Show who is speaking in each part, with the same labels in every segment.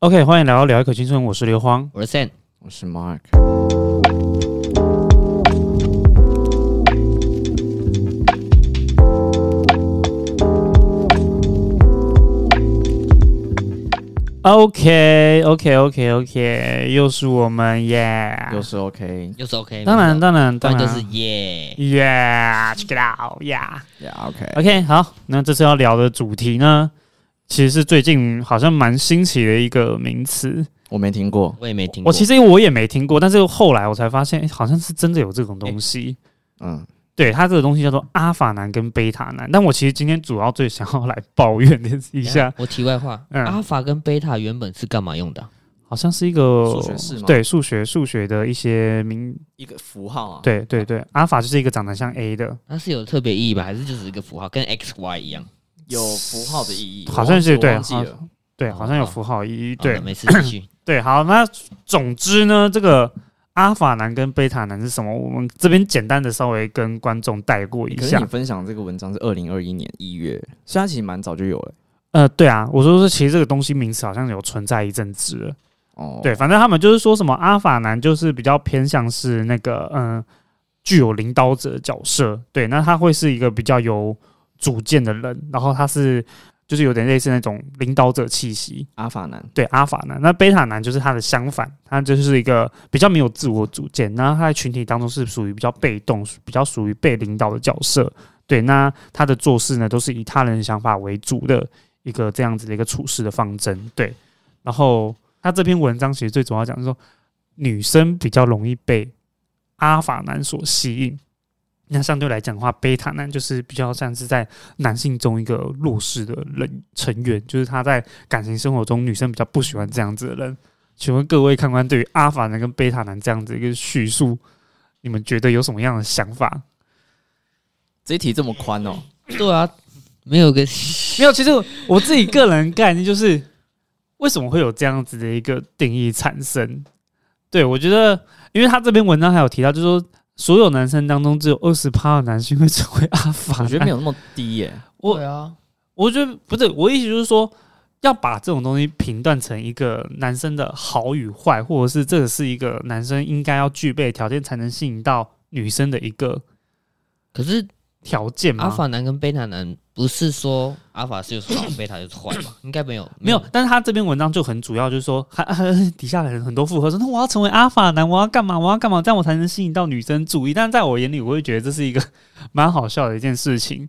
Speaker 1: OK，欢迎来到聊一口青春，我是刘荒。
Speaker 2: 我是 Sam，
Speaker 3: 我是 Mark。
Speaker 1: OK，OK，OK，OK，、又是我们耶
Speaker 3: 又是 OK，
Speaker 2: 又是 OK，
Speaker 1: 当然，
Speaker 2: 没错
Speaker 1: 当然，
Speaker 2: 不
Speaker 1: 当
Speaker 2: 然
Speaker 1: 然
Speaker 2: 就是耶。
Speaker 1: Yeah，check it out，Yeah。
Speaker 3: 呀、yeah, OK，
Speaker 1: OK，好，那这次要聊的主题呢，其实是最近好像蛮新奇的一个名词。
Speaker 3: 我没听过，
Speaker 2: 我也没听过，
Speaker 1: 我其实我也没听过，但是后来我才发现，诶好像是真的有这种东西。
Speaker 3: 嗯，
Speaker 1: 对，它这个东西叫做阿法男跟贝塔男。但我其实今天主要最想要来抱怨的是一
Speaker 2: 等
Speaker 1: 下，
Speaker 2: 我题外话，
Speaker 1: 嗯
Speaker 2: 阿尔法跟贝塔原本是干嘛用的啊？
Speaker 1: 好像是一个
Speaker 3: 数学式吗
Speaker 1: 对数学数学的一些名，
Speaker 3: 一个符号啊，，
Speaker 1: 对对对，阿法就是一个长得像 A 的，
Speaker 2: 那是有特别意义吧？还是就只是一个符号，跟 X Y 一样？
Speaker 3: 有符号的意义，
Speaker 1: 好像是
Speaker 3: 我忘
Speaker 1: 对
Speaker 3: 记我忘记了，
Speaker 1: 对，
Speaker 2: 哦
Speaker 1: 好像有
Speaker 2: 哦
Speaker 1: 符号意义，
Speaker 2: 好
Speaker 1: 对
Speaker 2: 的没事，继续。
Speaker 1: 对，好，那总之呢，这个阿法男跟贝塔男是什么？我们这边简单的稍微跟观众带过一
Speaker 3: 可是
Speaker 1: 下
Speaker 3: 你，分享这个文章是二零二一年一月，所以它其实蛮早就有了、
Speaker 1: 呃，对啊，我说是其实这个东西名词好像有存在一阵子了，
Speaker 3: 哦，
Speaker 1: 对，，反正他们就是说什么阿法男就是比较偏向是那个嗯、呃具有领导者的角色，对，那他会是一个比较有主见的人，然后他是就是有点类似那种领导者气息，
Speaker 3: 阿法男，
Speaker 1: 对，阿法男。那贝塔男就是他的相反，他就是一个比较没有自我主见，那他在群体当中是属于比较被动，比较属于被领导的角色，对，那他的做事呢都是以他人的想法为主的一个这样子的一个处事的方针，对，然后。他这篇文章其实最主要讲是说，女生比较容易被阿法男所吸引。那相对来讲的话，贝塔男就是比较像是在男性中一个弱势的人成员，就是他在感情生活中，女生比较不喜欢这样子的人。请问各位看官，对于阿法男跟贝塔男这样子一个叙述，你们觉得有什么样的想法？
Speaker 3: 这一题这么宽 哦，
Speaker 2: 对啊，没有个
Speaker 1: 没 有，其实我我自己个人概念就是，为什么会有这样子的一个定义产生？对我觉得，因为他这篇文章还有提到，就是说所有男生当中只有二十趴的男性会成为阿法。
Speaker 3: 我觉得没
Speaker 1: 有，
Speaker 3: 有那么低耶、
Speaker 1: 我
Speaker 2: 对啊，
Speaker 1: 我觉得不对，我意思就是说，要把这种东西评断成一个男生的好与坏，或者是这个是一个男生应该要具备的条件才能吸引到女生的一个
Speaker 2: 可是
Speaker 1: 条件嘛。
Speaker 2: 阿法男跟贝塔男不是说阿法就是好，贝塔就是坏吧？应该没有，
Speaker 1: 没有，但是他这篇文章就很主要，就是说，还、底下的人很多附和说，那我要成为阿法男，我要干嘛，我要干嘛，这样我才能吸引到女生注意。但在我眼里，我会觉得这是一个蛮好笑的一件事情。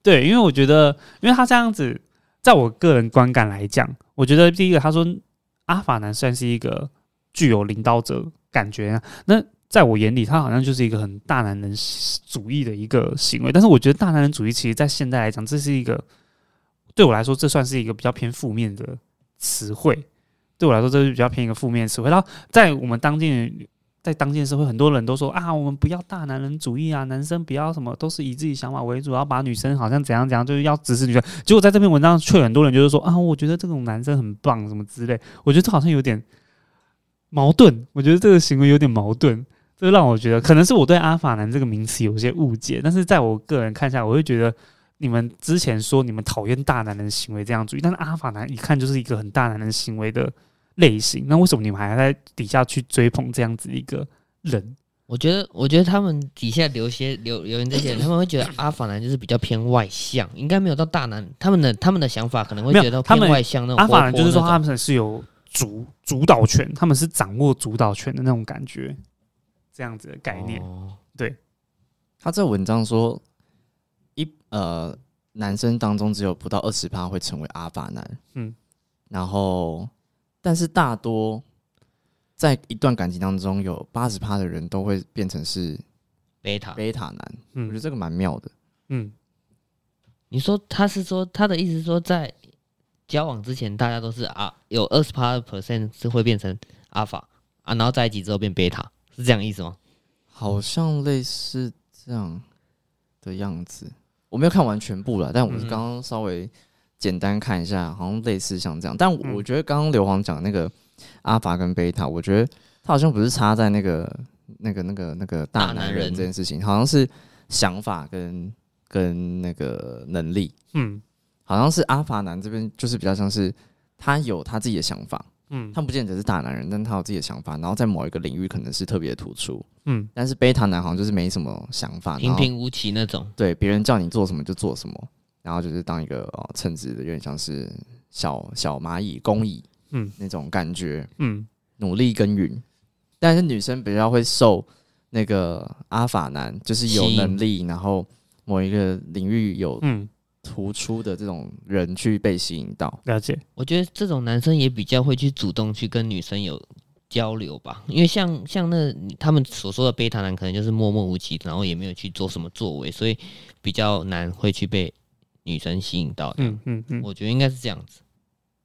Speaker 1: 对，因为我觉得，因为他这样子，在我个人观感来讲，我觉得第一个，他说阿法男算是一个具有领导者感觉、啊，那在我眼里，他好像就是一个很大男人主义的一个行为。但是我觉得大男人主义其实在现代来讲，这是一个对我来说，这算是一个比较偏负面的词汇。对我来说，这是比较偏一个负面的词汇。然后在我们当今在当今社会，很多人都说啊，我们不要大男人主义啊，男生不要什么，都是以自己想法为主，要把女生好像怎样怎样，就是要指使女生。结果在这篇文章，却很多人就是说啊，我觉得这种男生很棒，什么之类。我觉得这好像有点矛盾，我觉得这个行为有点矛盾。这让我觉得，可能是我对阿法男这个名词有些误解，但是在我个人看下来，我会觉得你们之前说你们讨厌大男人的行为这样主义，但是阿法男一看就是一个很大男人行为的类型，那为什么你们还在底下去追捧这样子一个人？
Speaker 2: 我觉得，我觉得他们底下留些留留言这 些人，他们会觉得阿法男就是比较偏外向，应该没有到大男。他们的他们的想法可能会
Speaker 1: 没有
Speaker 2: 觉得
Speaker 1: 他
Speaker 2: 偏
Speaker 1: 们
Speaker 2: 外向那种
Speaker 1: 阿
Speaker 2: 活泼
Speaker 1: 法
Speaker 2: 那
Speaker 1: 男
Speaker 2: 种。
Speaker 1: 就是说他们是有主主导权，他们是掌握主导权的那种感觉，这样子的概念。
Speaker 2: 哦
Speaker 3: 他这文章说一呃，男生当中只有不到二十趴会成为阿法男，
Speaker 1: 嗯
Speaker 3: 嗯，然后但是大多在一段感情当中有八十趴的人都会变成是
Speaker 2: 贝塔。
Speaker 3: 贝塔男，我觉
Speaker 1: 嗯
Speaker 3: 得这个蛮妙的。
Speaker 1: 嗯，
Speaker 2: 你说他是说他的意思是说，在交往之前大家都是啊，有二十八 percent 是会变成阿法啊，然后在一起之后变贝塔，是这样意思吗？
Speaker 3: 好像类似这样的样子。我没有看完全部了，但我是
Speaker 1: 嗯
Speaker 3: 刚刚稍微简单看一下，好像类似像这样。但我
Speaker 1: 嗯
Speaker 3: 我觉得刚刚刘皇讲那个阿法跟贝塔，我觉得他好像不是差在那个那个那个那个
Speaker 2: 大
Speaker 3: 大
Speaker 2: 男
Speaker 3: 男
Speaker 2: 人
Speaker 3: 人这件事情，好像是想法跟跟那个能力，
Speaker 1: 嗯，
Speaker 3: 好像是阿法男这边就是比较像是他有他自己的想法，
Speaker 1: 嗯
Speaker 3: 他不见得是大男人，但他有自己的想法，然后在某一个领域可能是特别突出。
Speaker 1: 嗯，
Speaker 3: 但是贝塔男好像就是没什么想法，啊然
Speaker 2: 平
Speaker 3: 后
Speaker 2: 平无奇那种。
Speaker 3: 对别人叫你做什么就做什么，然后就是当一个哦称职的，有点像是小小蚂蚁工蚁，
Speaker 1: 嗯
Speaker 3: 嗯，那种感觉，
Speaker 1: 嗯，
Speaker 3: 努力耕耘。但是女生比较会受那个阿法男，就是有
Speaker 2: 吸引
Speaker 3: 能力，然后某一个领域有
Speaker 1: 嗯，
Speaker 3: 突出的这种人去被吸引到。
Speaker 1: 了解，
Speaker 2: 我觉得这种男生也比较会去主动去跟女生有交流吧，因为像像那他们所说的贝塔男，可能就是默默无奇，然后也没有去做什么作为，所以比较难会去被女生吸引到。嗯，
Speaker 1: 嗯嗯嗯
Speaker 2: 我觉得应该是这样子。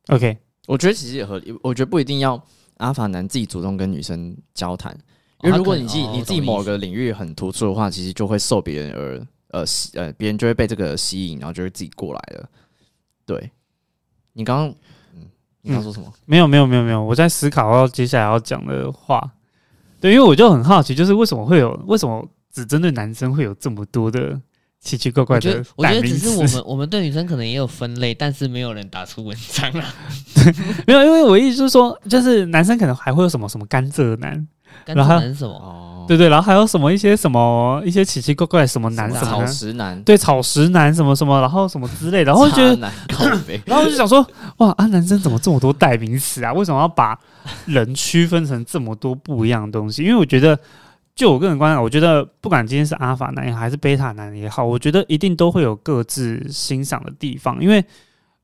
Speaker 1: ，OK，
Speaker 3: 我觉得其实也合理，我觉得不一定要阿法男自己主动跟女生交谈，因
Speaker 2: 哦
Speaker 3: 为如果你自己、
Speaker 2: 他可能
Speaker 3: 你自己某，
Speaker 2: 哦
Speaker 3: 个领域很突出的话，其实就会受别人而呃吸呃别人就会被这个吸引，然后就会自己过来了。对，你刚刚嗯，你刚刚说什么？
Speaker 1: 没有没有没有没有，我在思考要接下来要讲的话。对，因为我就很好奇，就是为什么会有为什么只针对男生会有这么多的奇奇怪怪
Speaker 2: 我觉
Speaker 1: 的
Speaker 2: 得我觉
Speaker 1: 代
Speaker 2: 得
Speaker 1: 名
Speaker 2: 只
Speaker 1: 词
Speaker 2: 是 我？们我们对女生可能也有分类，但是没有人打出文章 啊。
Speaker 1: 没有，因为我意思就是说，就是男生可能还会有什么什么甘蔗男，
Speaker 2: 甘
Speaker 1: 然
Speaker 2: 蔗
Speaker 1: 后
Speaker 2: 男是什么？
Speaker 3: 哦，
Speaker 1: 对对，然后还有什么一些什么一些奇奇怪怪什么男
Speaker 3: 什
Speaker 1: 什
Speaker 3: 么
Speaker 1: 么
Speaker 3: 草
Speaker 1: 男，
Speaker 3: 食男，
Speaker 1: 对草食男什么什么，然后什么之类的，然后我就觉得
Speaker 3: 渣男靠北
Speaker 1: 然后我就想说，哇啊，男生怎么这么多代名词啊？为什么要把人区分成这么多不一样的东西？因为我觉得，就我个人观点，我觉得不管今天是阿法男也好还是贝塔男也好，我觉得一定都会有各自欣赏的地方，因为。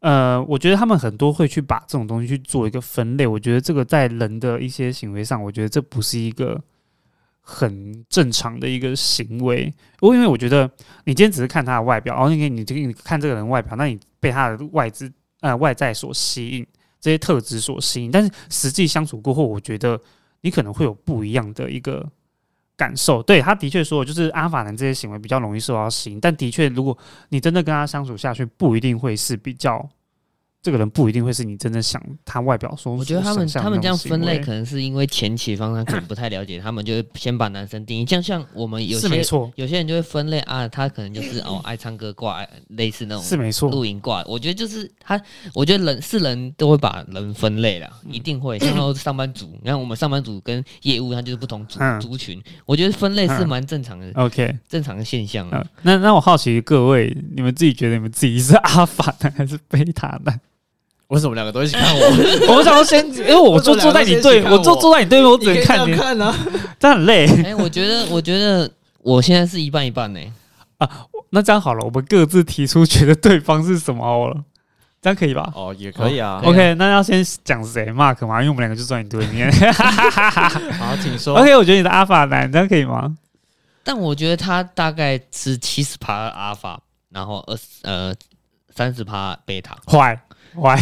Speaker 1: 呃，我觉得他们很多会去把这种东西去做一个分类，我觉得这个在人的一些行为上，我觉得这不是一个很正常的一个行为。我因为我觉得你今天只是看他的外表，然后你你你看这个人外表，那你被他的外资呃外在所吸引，这些特质所吸引，但是实际相处过后，我觉得你可能会有不一样的一个感受。对他的确说，就是阿法男这些行为比较容易受到吸引，但的确，如果你真的跟他相处下去，不一定会是比较这个人不一定会是你真正想他外表说。
Speaker 2: 我觉得他们
Speaker 1: 想象
Speaker 2: 他们这样
Speaker 1: 那种行
Speaker 2: 分类，
Speaker 1: 为
Speaker 2: 可能是因为前期方他可能不太了解，他们就会先把男生定义，像像我们有
Speaker 1: 是没
Speaker 2: 些
Speaker 1: 错，
Speaker 2: 有些人就会分类啊，他可能就是哦爱唱歌挂，爱类似那种
Speaker 1: 是没错，
Speaker 2: 露营挂。我觉得就是他，我觉得人是人都会把人分类啦，
Speaker 1: 嗯
Speaker 2: 一 定会。像说上班族，你看我们上班族跟业务，他就是不同族
Speaker 1: 嗯
Speaker 2: 族群。我觉得分类是
Speaker 1: 嗯
Speaker 2: 蛮正常的，
Speaker 1: OK，
Speaker 2: 正常的现象啊
Speaker 1: 呃。那那我好奇各位，你们自己觉得你们自己是阿法男还是贝塔男？
Speaker 3: 为什么两个都一起看 我？
Speaker 1: 我想要先，因为我坐
Speaker 3: 为什
Speaker 1: 坐
Speaker 3: 么两个
Speaker 1: 在你
Speaker 3: 先
Speaker 1: 对，
Speaker 3: 去看
Speaker 1: 我坐
Speaker 3: 我
Speaker 1: 坐在你对面，我
Speaker 3: 我
Speaker 1: 只能看你，
Speaker 3: 看啊！
Speaker 1: 这样很累
Speaker 2: 哎，我觉得，我觉得我现在是一半一半呢。
Speaker 1: 啊。那这样好了，我们各自提出觉得对方是什么好了，这样可以吧
Speaker 3: 哦，也可以啊
Speaker 2: 可以。
Speaker 1: ？OK，那要先讲谁？Mark 吗？因为我们两个就坐在你对面。
Speaker 3: 好，请说。
Speaker 1: OK，我觉得你是阿法男，这样可以吗？
Speaker 2: 但我觉得他大概是七十趴阿尔法，然后二十呃三十趴贝塔。
Speaker 1: 坏坏，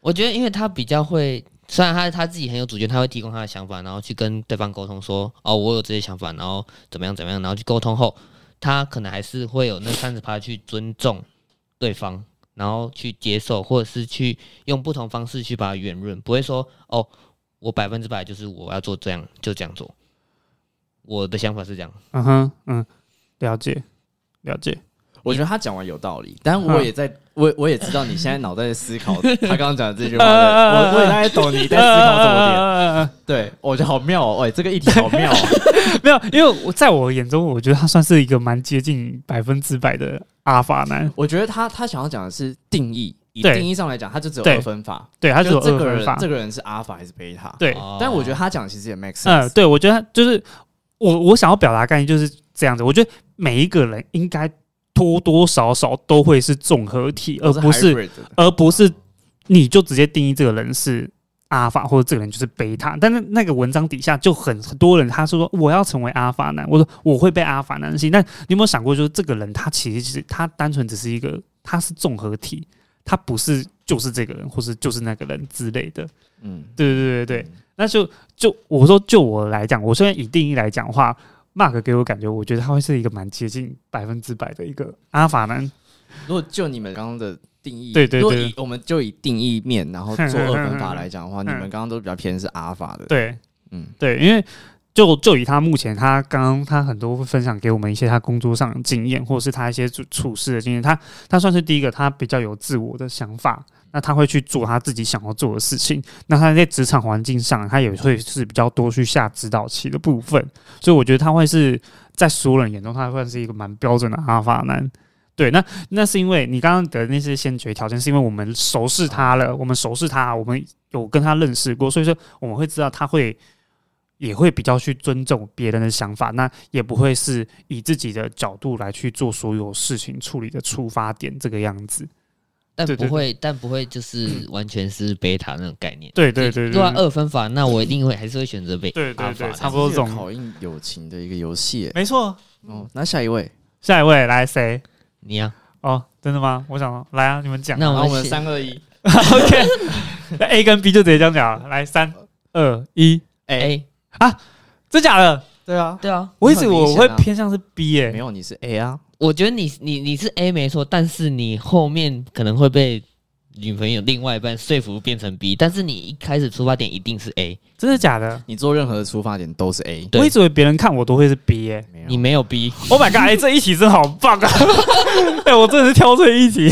Speaker 2: 我觉得，因为他比较会，虽然他他自己很有主见，他会提供他的想法，然后去跟对方沟通说，哦，我有这些想法，然后怎么样怎么样，然后去沟通后，他可能还是会有那三十趴去尊重对方，然后去接受，或者是去用不同方式去把它圆润，不会说，哦，我百分之百就是我要做这样，就这样做。我的想法是这样，
Speaker 1: 嗯哼，嗯，了解，了解。
Speaker 3: 我觉得他讲完有道理，但我也在，我我也知道你现在脑袋在思 考他刚刚讲的这句话
Speaker 1: 啊
Speaker 3: 的，我我也大概懂你在思考什么点。
Speaker 1: 么点？
Speaker 3: 对，我觉得好妙哦，哎，这个议题好 妙哦。
Speaker 1: 没有，因为我在我眼中，我觉得他算是一个蛮接近百分之百的阿法男。
Speaker 3: 我觉得他他想要讲的是定义，以
Speaker 1: 对
Speaker 3: 定义上来讲，他就只有
Speaker 1: 对
Speaker 3: 二分法，
Speaker 1: 对，他只有
Speaker 3: 就这
Speaker 1: 二
Speaker 3: 个
Speaker 1: 分
Speaker 3: 人
Speaker 1: 法。
Speaker 3: 这个人是阿尔法还是贝塔？，
Speaker 1: 对，
Speaker 2: 哦
Speaker 3: 但我觉得他讲的其实也 make sense。
Speaker 1: 嗯，对，我觉得他就是我我想要表达概念就是这样子。我觉得每一个人应该多多少少都会是综合体，而
Speaker 3: 都是
Speaker 1: 呃不是
Speaker 3: hybrid 的
Speaker 1: 而不是你就直接定义这个人是阿法，或者这个人就是贝塔。但是那个文章底下就很很多人，他是说我要成为阿法男，我说我会被阿法男吸引。但你有没有想过，就是这个人他其实其实他单纯只是一个，他是综合体，他不是就是这个人，或是就是那个人之类的。
Speaker 3: 嗯，
Speaker 1: 对对对对对，那就就我说就我来讲，我虽然以定义来讲的话。Mark 给我感觉，我觉得他会是一个蛮接近百分之百的一个阿法男，
Speaker 3: 如果就你们刚刚的定义，
Speaker 1: 对对
Speaker 3: 如果
Speaker 1: 对
Speaker 3: 以我们就以定义面，然后做二分法来讲的 话，
Speaker 1: 嗯
Speaker 3: 你们刚刚都比较偏是阿尔法的。，
Speaker 1: 对，
Speaker 3: 嗯，
Speaker 1: 对，因为就就以他目前他刚刚他很多会分享给我们一些他工作上的经验，或者是他一些处处事的经验，他他算是第一个，他比较有自我的想法，那他会去做他自己想要做的事情。那他在职场环境上，他也会是比较多去下指导棋的部分。所以我觉得他会是在所有人眼中，他算是一个蛮标准的阿法男。对，那那是因为你刚刚的那些先决条件，是因为我们熟视他了，我们熟视他，我们有跟他认识过，所以说我们会知道他会也会比较去尊重别人的想法，那也不会是以自己的角度来去做所有事情处理的出发点这个样子。
Speaker 2: 但
Speaker 1: 对对
Speaker 2: 不会，但不会就是完全是贝塔那种概念。
Speaker 1: 对对对
Speaker 2: 如果要
Speaker 1: 对，
Speaker 2: 二分法，那我一定会还是会选择贝
Speaker 1: 对对
Speaker 2: 阿法
Speaker 1: 对
Speaker 2: 的
Speaker 1: 差不多这种
Speaker 3: 是一个考验友情的一个游戏耶。
Speaker 1: 没错。
Speaker 2: 嗯
Speaker 3: 哦，那下一位，
Speaker 1: 下一位来谁？
Speaker 2: 你啊，
Speaker 1: 哦，真的吗？我想来啊，你们 讲啊。
Speaker 2: 那
Speaker 3: 然后
Speaker 2: 我
Speaker 3: 我们
Speaker 2: 们
Speaker 3: 三二一，
Speaker 1: OK，那 A 跟 B 就直接这样讲啊，来三二一，
Speaker 3: 哎，
Speaker 2: A
Speaker 1: 真假的？
Speaker 3: 对啊，
Speaker 2: 对啊，
Speaker 1: 我一直
Speaker 3: 很明
Speaker 1: 我
Speaker 3: 显
Speaker 1: 会
Speaker 3: 啊
Speaker 1: 偏向是 B 耶、
Speaker 3: 没有你是 A 啊，
Speaker 2: 我觉得你你你是 A 没错，但是你后面可能会被女朋友另外一半说服变成 B，但是你一开始出发点一定是 A，
Speaker 1: 真的假的？
Speaker 3: 你做任何的出发点都是 A。
Speaker 2: 对
Speaker 1: 我一直以为别人看我都会是 B 耶、
Speaker 3: 没有
Speaker 2: 你没有 B，
Speaker 1: Oh my god！哎、这一题真的好棒啊！ 哎、我真的是挑对一题。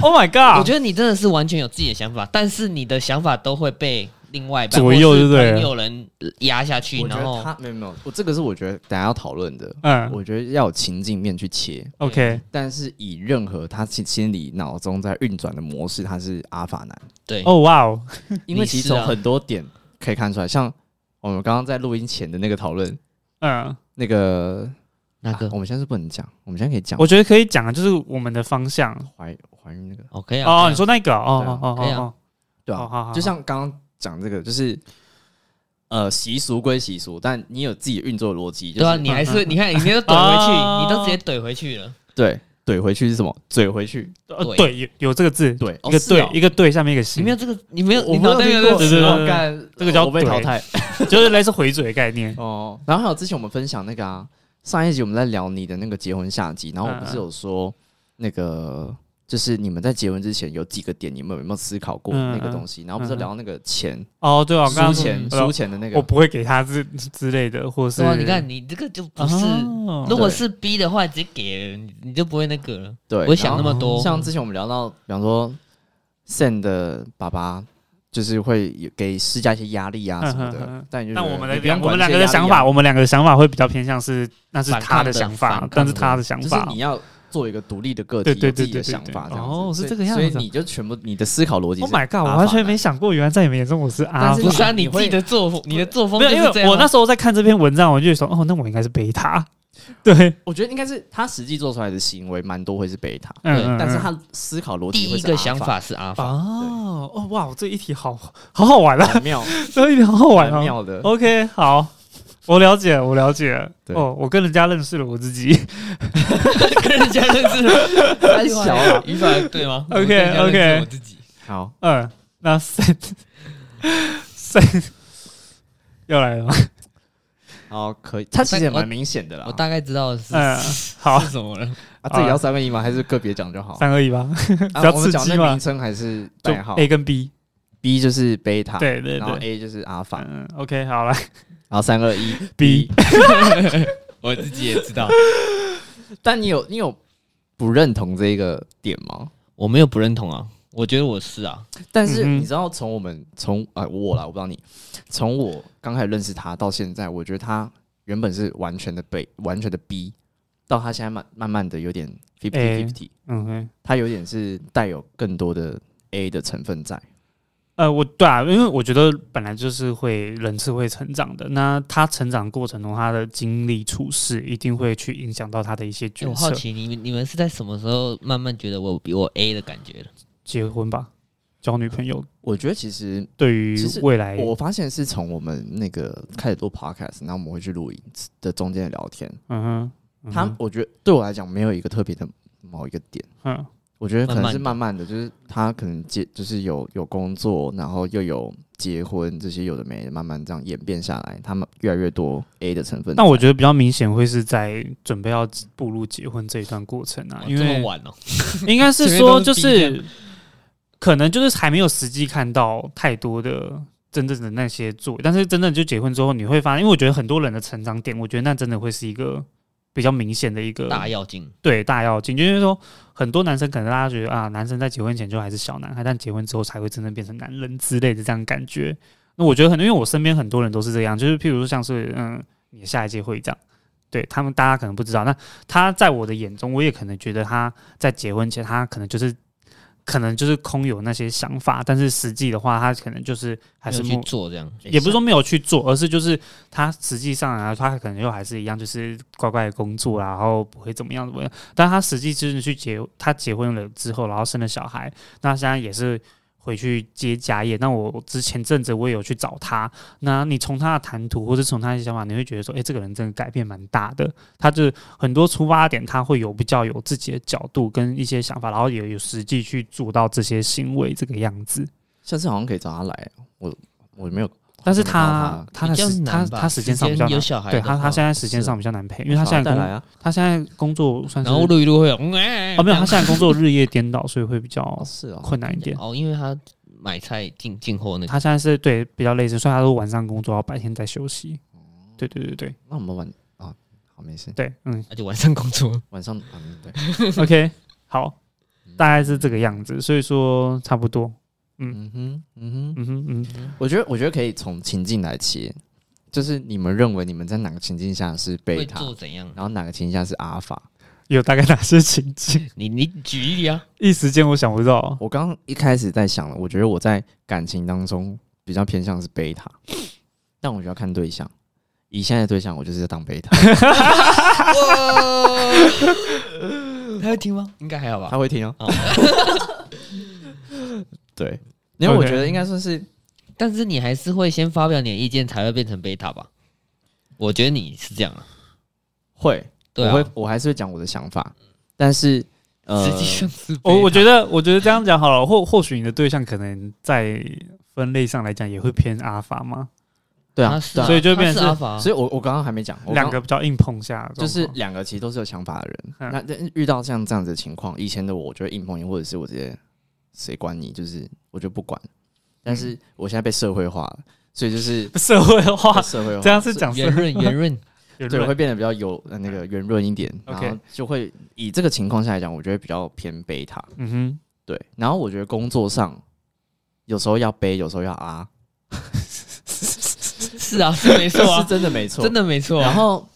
Speaker 1: Oh my god！
Speaker 3: 啊
Speaker 2: 我觉得你真的是完全有自己的想法，但是你的想法都会被另外一半
Speaker 1: 左右
Speaker 2: 或是
Speaker 1: 就对了
Speaker 2: 朋友人压下去，
Speaker 3: 我觉
Speaker 2: 然
Speaker 3: 得
Speaker 2: 后
Speaker 3: 他没有没有，我这个是我觉得等下要讨论的。
Speaker 1: 嗯
Speaker 3: 我觉得要有情境面去切，
Speaker 1: ，OK，
Speaker 3: 但是以任何他心心里脑中在运转的模式，他是阿法男，
Speaker 2: 对
Speaker 1: 哦哇哦，
Speaker 3: 因为其
Speaker 2: 你
Speaker 3: 实
Speaker 2: 是啊
Speaker 3: 从很多点可以看出来，
Speaker 2: 啊
Speaker 3: 像我们刚刚在录音前的那个讨论，
Speaker 1: 嗯，
Speaker 3: 那个
Speaker 2: 那个
Speaker 3: 啊我们现在是不能讲，我们现在可以讲
Speaker 1: 我觉得可以讲啊，就是我们的方向。啊
Speaker 3: 怀怀孕那个，
Speaker 2: OK 啊，
Speaker 1: 哦，
Speaker 2: 可以啊
Speaker 1: 你说那个哦
Speaker 3: 对啊
Speaker 1: 哦哦
Speaker 2: 可以
Speaker 1: 哦
Speaker 2: 啊
Speaker 1: 哦，
Speaker 3: 对
Speaker 1: 好好
Speaker 3: 啊
Speaker 1: 好，
Speaker 3: 就像刚刚讲这个，就是呃习俗归习俗，但你有自己的运作逻辑，就
Speaker 2: 对啊，
Speaker 3: 是嗯
Speaker 2: 你还是你看，你就怼回
Speaker 1: 哦
Speaker 2: 去，你都直接怼回去了。
Speaker 3: 对怼回去是什么？怼回去，
Speaker 1: 呃
Speaker 2: 对
Speaker 1: 对，有有这个字，
Speaker 3: 对，
Speaker 1: 一个
Speaker 3: 是
Speaker 1: 对
Speaker 3: 哦
Speaker 1: 一个对，下面一个
Speaker 2: 你
Speaker 1: 心
Speaker 2: 没，有这个，你没有，
Speaker 3: 我
Speaker 2: 你
Speaker 3: 没
Speaker 2: 脑
Speaker 3: 有
Speaker 2: 袋没
Speaker 3: 听
Speaker 2: 有
Speaker 1: 对
Speaker 2: 这个
Speaker 3: 过
Speaker 1: 对
Speaker 2: 词
Speaker 1: 对
Speaker 2: 吗？
Speaker 1: 对
Speaker 3: 干
Speaker 1: 这个叫
Speaker 3: 我被淘
Speaker 1: 怼
Speaker 3: 汰。
Speaker 1: 就是类似回嘴的概念。
Speaker 3: 哦，然后还有之前我们分享那个啊，上一集我们在聊你的那个结婚下集，然后我不是有说那个就是你们在结婚之前有几个点，你们有没有思考过
Speaker 1: 嗯
Speaker 3: 那个东西？然后不是聊那个钱，
Speaker 1: 哦，对啊，我刚刚
Speaker 3: 输钱
Speaker 1: 说
Speaker 3: 输钱的那
Speaker 1: 我
Speaker 3: 个，
Speaker 1: 不会给他之之类的，或是
Speaker 2: 对啊，你看你这个就不是，
Speaker 3: 啊
Speaker 1: 哦
Speaker 2: 如果是 B 的话，直接给了你，你就不会那个了。
Speaker 3: 对，
Speaker 2: 不会想那
Speaker 3: 然后
Speaker 2: 么多。
Speaker 3: 像之前我们聊到，比方说 Sam 的爸爸。就是会有给施加一些压力啊什么
Speaker 1: 嗯嗯嗯
Speaker 3: 的
Speaker 1: 嗯，
Speaker 3: 但你就
Speaker 1: 那
Speaker 3: 觉得
Speaker 1: 我们
Speaker 3: 你
Speaker 1: 的
Speaker 3: 不用
Speaker 1: 我们
Speaker 3: 管这
Speaker 1: 两
Speaker 3: 些
Speaker 1: 个的
Speaker 3: 压力
Speaker 1: 想
Speaker 3: 啊
Speaker 1: 法，我们两个的想法会比较偏向是那是
Speaker 2: 反
Speaker 1: 他
Speaker 2: 抗
Speaker 1: 的
Speaker 2: 的
Speaker 1: 想
Speaker 2: 反
Speaker 1: 法
Speaker 2: 抗，
Speaker 1: 但是
Speaker 2: 的
Speaker 1: 他的想
Speaker 3: 就是
Speaker 1: 法
Speaker 3: 你要做一个独立的个体，
Speaker 1: 对对
Speaker 3: 有自己
Speaker 1: 对对
Speaker 3: 的
Speaker 1: 对
Speaker 3: 想法这样子。
Speaker 1: 哦是
Speaker 3: 所以
Speaker 1: 这个样子啊
Speaker 3: 所以你就全部你的思考逻辑是
Speaker 1: Oh my god！我
Speaker 3: 阿
Speaker 1: 完
Speaker 3: 法
Speaker 1: 全
Speaker 3: 男
Speaker 1: 没想过，原来在你们眼中我是阿
Speaker 3: 但
Speaker 1: 法
Speaker 3: 是
Speaker 2: 不是啊，
Speaker 3: 你
Speaker 2: 你自己的作风，你的作风
Speaker 1: 没有，
Speaker 2: 就是
Speaker 1: 因
Speaker 2: 这
Speaker 1: 为
Speaker 2: 样
Speaker 1: 我那
Speaker 2: 啊。
Speaker 1: 时候在看这篇文章，我就觉得说，哦，那我应该是贝塔。对，
Speaker 3: 我觉得应该是他实际做出来的行为蛮多会是贝塔，
Speaker 1: 嗯，
Speaker 3: 但是
Speaker 1: 嗯
Speaker 3: 他思考逻
Speaker 2: 第
Speaker 3: 辑会
Speaker 2: 一
Speaker 3: 是
Speaker 2: 个
Speaker 3: 阿
Speaker 2: 想
Speaker 3: 法
Speaker 2: 法是阿法，
Speaker 1: 哦哦哇，这一题好好好玩啊，
Speaker 3: 很妙，
Speaker 1: 这一题好好玩
Speaker 3: 蛮
Speaker 1: 啊。
Speaker 3: 妙的。
Speaker 1: OK，好，我了解，我了解了。
Speaker 3: 对
Speaker 1: 哦，我跟人家认识了我自己。
Speaker 2: 跟人家认识
Speaker 3: 太小了。
Speaker 2: 语法对吗
Speaker 1: OK，
Speaker 2: 我跟人家认识
Speaker 1: OK
Speaker 2: 我自己
Speaker 3: 好，
Speaker 1: 嗯，那 set set 又来了吗？
Speaker 3: 好，可以。他其实也蛮明显的啦
Speaker 2: 哦我。大概知道是
Speaker 1: 啊嗯，好
Speaker 2: 是，什么 了。
Speaker 3: 啊，这里要三个一吗？还是个别讲就好？
Speaker 1: 三二一 吧，比
Speaker 3: 啊
Speaker 1: 较
Speaker 3: 我们
Speaker 1: 刺
Speaker 3: 讲
Speaker 1: 激
Speaker 3: 那
Speaker 1: 嘛
Speaker 3: 名称还是
Speaker 1: 就
Speaker 3: 代号
Speaker 1: A 跟 B。
Speaker 3: ？B 就是贝塔，
Speaker 1: 对对
Speaker 3: 然后
Speaker 1: 对，
Speaker 3: A 就是阿法，
Speaker 1: 嗯，OK，好来
Speaker 3: 然后三二 一
Speaker 1: B。
Speaker 2: 我自己也知道，
Speaker 3: 但你有你有不认同这个点吗？
Speaker 2: 我没有不认同啊，我觉得我是啊，
Speaker 3: 但
Speaker 1: 嗯
Speaker 3: 是
Speaker 1: 哼
Speaker 3: 你知道，从我们从啊、我啦，我不知道你，从我刚开始认识他到现在，我觉得他原本是完全的被完全的 B，到他现在慢慢慢的有点 fifty
Speaker 1: 哎
Speaker 3: fifty，、
Speaker 1: 嗯，OK。
Speaker 3: 他有点是带有更多的 A 的成分在。
Speaker 1: 呃，我对啊，因为我觉得本来就是会人是会成长的，那他成长过程中他的经历处事一定会去影响到他的一些
Speaker 2: 欸
Speaker 1: 决
Speaker 2: 我好
Speaker 1: 策。
Speaker 2: 奇你们你们是在什么时候慢慢觉得我有比我 A 的感觉了？
Speaker 1: 结婚吧，交女朋友，
Speaker 3: 我觉得其实
Speaker 1: 对于
Speaker 3: 其实
Speaker 1: 未来，
Speaker 3: 我发现是从我们那个开始做 podcast，然后我们会去录影的中间的聊天，
Speaker 1: 嗯哼，嗯
Speaker 3: 他
Speaker 1: 哼
Speaker 3: 我觉得对我来讲没有一个特别的某一个点。
Speaker 1: 嗯
Speaker 3: 我觉得可能是慢
Speaker 2: 慢
Speaker 3: 慢的，就是他可能结就是有有工作，然后又有结婚这些有的没的，慢慢这样演变下来，他们越来越多 A 的成分在。
Speaker 1: 但我觉得比较明显会是在准备要步入结婚这一段过程啊，
Speaker 2: 哇
Speaker 1: 因
Speaker 2: 这么
Speaker 1: 为
Speaker 2: 晚哦、
Speaker 1: 应该是
Speaker 2: 前面
Speaker 1: 说就
Speaker 2: 都是 B
Speaker 1: 是可能就是还没有实际看到太多的真正的那些作为，但是真的就结婚之后，你会发现，因为我觉得很多人的成长点，我觉得那真的会是一个比较明显的一个
Speaker 2: 大要精，
Speaker 1: 对大要进，就是说很多男生可能大家觉得啊，男生在结婚前就还是小男孩，但结婚之后才会真正变成男人之类的这样感觉。那我觉得很，因为我身边很多人都是这样，就是譬如说像是嗯，你的下一届会长，对他们大家可能不知道，那他在我的眼中，我也可能觉得他在结婚前，他可能就是可能就是空有那些想法，但是实际的话，他可能就是还是
Speaker 2: 没有
Speaker 1: 默
Speaker 2: 去做这样，
Speaker 1: 也不是说没有去做，而是就是他实际上啊，他可能又还是一样，就是乖乖的工作啊，然后不会怎么样怎么样。但他实际就是去结，他结婚了之后，然后生了小孩，那现在也是回去接家业。那我之前阵子我也有去找他，那你从他的谈吐或者从他的想法，你会觉得说，哎、这个人真的改变蛮大的。他就是很多出发点，他会有比较有自己的角度跟一些想法，然后也有实际去做到这些行为这个样子。
Speaker 3: 下次好像可以找他来，我我没有，
Speaker 1: 但是
Speaker 3: 好像没看
Speaker 1: 他他的
Speaker 3: 到
Speaker 1: 时他
Speaker 2: 比较难吧
Speaker 1: 他时间上比较难
Speaker 2: 有，小孩
Speaker 1: 对
Speaker 2: 的
Speaker 1: 他
Speaker 2: 话，
Speaker 1: 他现在时间
Speaker 3: 是
Speaker 1: 上比较难配，因为他
Speaker 3: 他
Speaker 1: 现在
Speaker 3: 带
Speaker 1: 工
Speaker 3: 来啊，
Speaker 1: 他现在工作算是
Speaker 2: 然后录一录会有，嗯哎，
Speaker 1: 哦没有，他
Speaker 2: 这样
Speaker 1: 现在工 作日夜颠倒，所以会比较
Speaker 3: 哦是哦，
Speaker 1: 困难一点。
Speaker 2: 哦，因为他买菜进进货那个，
Speaker 1: 他现在是对比较累，所以他都晚上工作，然后白天在休息。对对对对
Speaker 3: 那我们晚啊，好没事，
Speaker 1: 对， 嗯
Speaker 2: 而且晚上工作，
Speaker 3: 晚上嗯 对，
Speaker 1: ，OK，好，大概是这个样子，所以说差不多。
Speaker 3: 嗯哼嗯哼，
Speaker 1: 嗯哼嗯，
Speaker 3: 我觉得我觉得可以从情境来切，就是你们认为你们在哪个情境下是贝
Speaker 2: 会
Speaker 3: 塔，
Speaker 2: 做怎样？
Speaker 3: 然后哪个情境下是阿尔法？
Speaker 1: 有大概哪些情境？
Speaker 2: 你你举例啊，
Speaker 1: 一时间我想不到。
Speaker 3: 我刚刚一开始在想了，我觉得我在感情当中比较偏向是贝塔， 但我觉得要看对象。以现在的对象，我就是在当贝塔，
Speaker 2: 哦他会听吗？应该还好吧
Speaker 3: 他。会听哦
Speaker 2: 哦。
Speaker 3: 对，因为我
Speaker 1: OK
Speaker 3: 觉得应该算是
Speaker 2: 但是你还是会先发表你的意见，才会变成贝塔吧？我觉得你是这样啊，
Speaker 3: 会，
Speaker 2: 对啊，
Speaker 3: 我会，我还是会讲我的想法，但是呃，
Speaker 2: 实际上是
Speaker 1: 我我觉
Speaker 2: 得
Speaker 1: 得，我觉得这样讲好了，或或许你的对象可能在分类上来讲也会偏阿尔法吗？
Speaker 3: 对啊，
Speaker 2: 是
Speaker 3: 对
Speaker 2: 啊，
Speaker 3: 啊
Speaker 1: 所以就变成
Speaker 2: 他
Speaker 1: 是
Speaker 2: 是阿法，
Speaker 3: 所以我我刚刚还没讲，我刚
Speaker 1: 两个比较硬碰下的状况，
Speaker 3: 就是两个其实都是有想法的人。
Speaker 1: 嗯
Speaker 3: 那但遇到像这样子的情况，以前的我，我就会硬碰硬，或者是我直接谁管你，就是我就不管。但
Speaker 1: 嗯
Speaker 3: 是我现在被社会化了，所 以就是
Speaker 1: 社会化
Speaker 3: 被，社会化，
Speaker 1: 这样是讲社
Speaker 2: 圆
Speaker 1: 会
Speaker 2: 润圆润，
Speaker 1: 圆
Speaker 3: 对，
Speaker 1: 润
Speaker 3: 会变得比较有呃那个圆润一点，
Speaker 1: 嗯
Speaker 3: 然
Speaker 1: OK
Speaker 3: 后就会以这个情况下来讲，我觉得比较偏贝塔。
Speaker 1: 嗯哼，
Speaker 3: 对，然后我觉得工作上有时候要背，有时候要啊，
Speaker 2: 是啊，是没错
Speaker 3: 这 是
Speaker 2: 啊，
Speaker 3: 真的没错，
Speaker 2: 真的没错啊。
Speaker 3: 然后，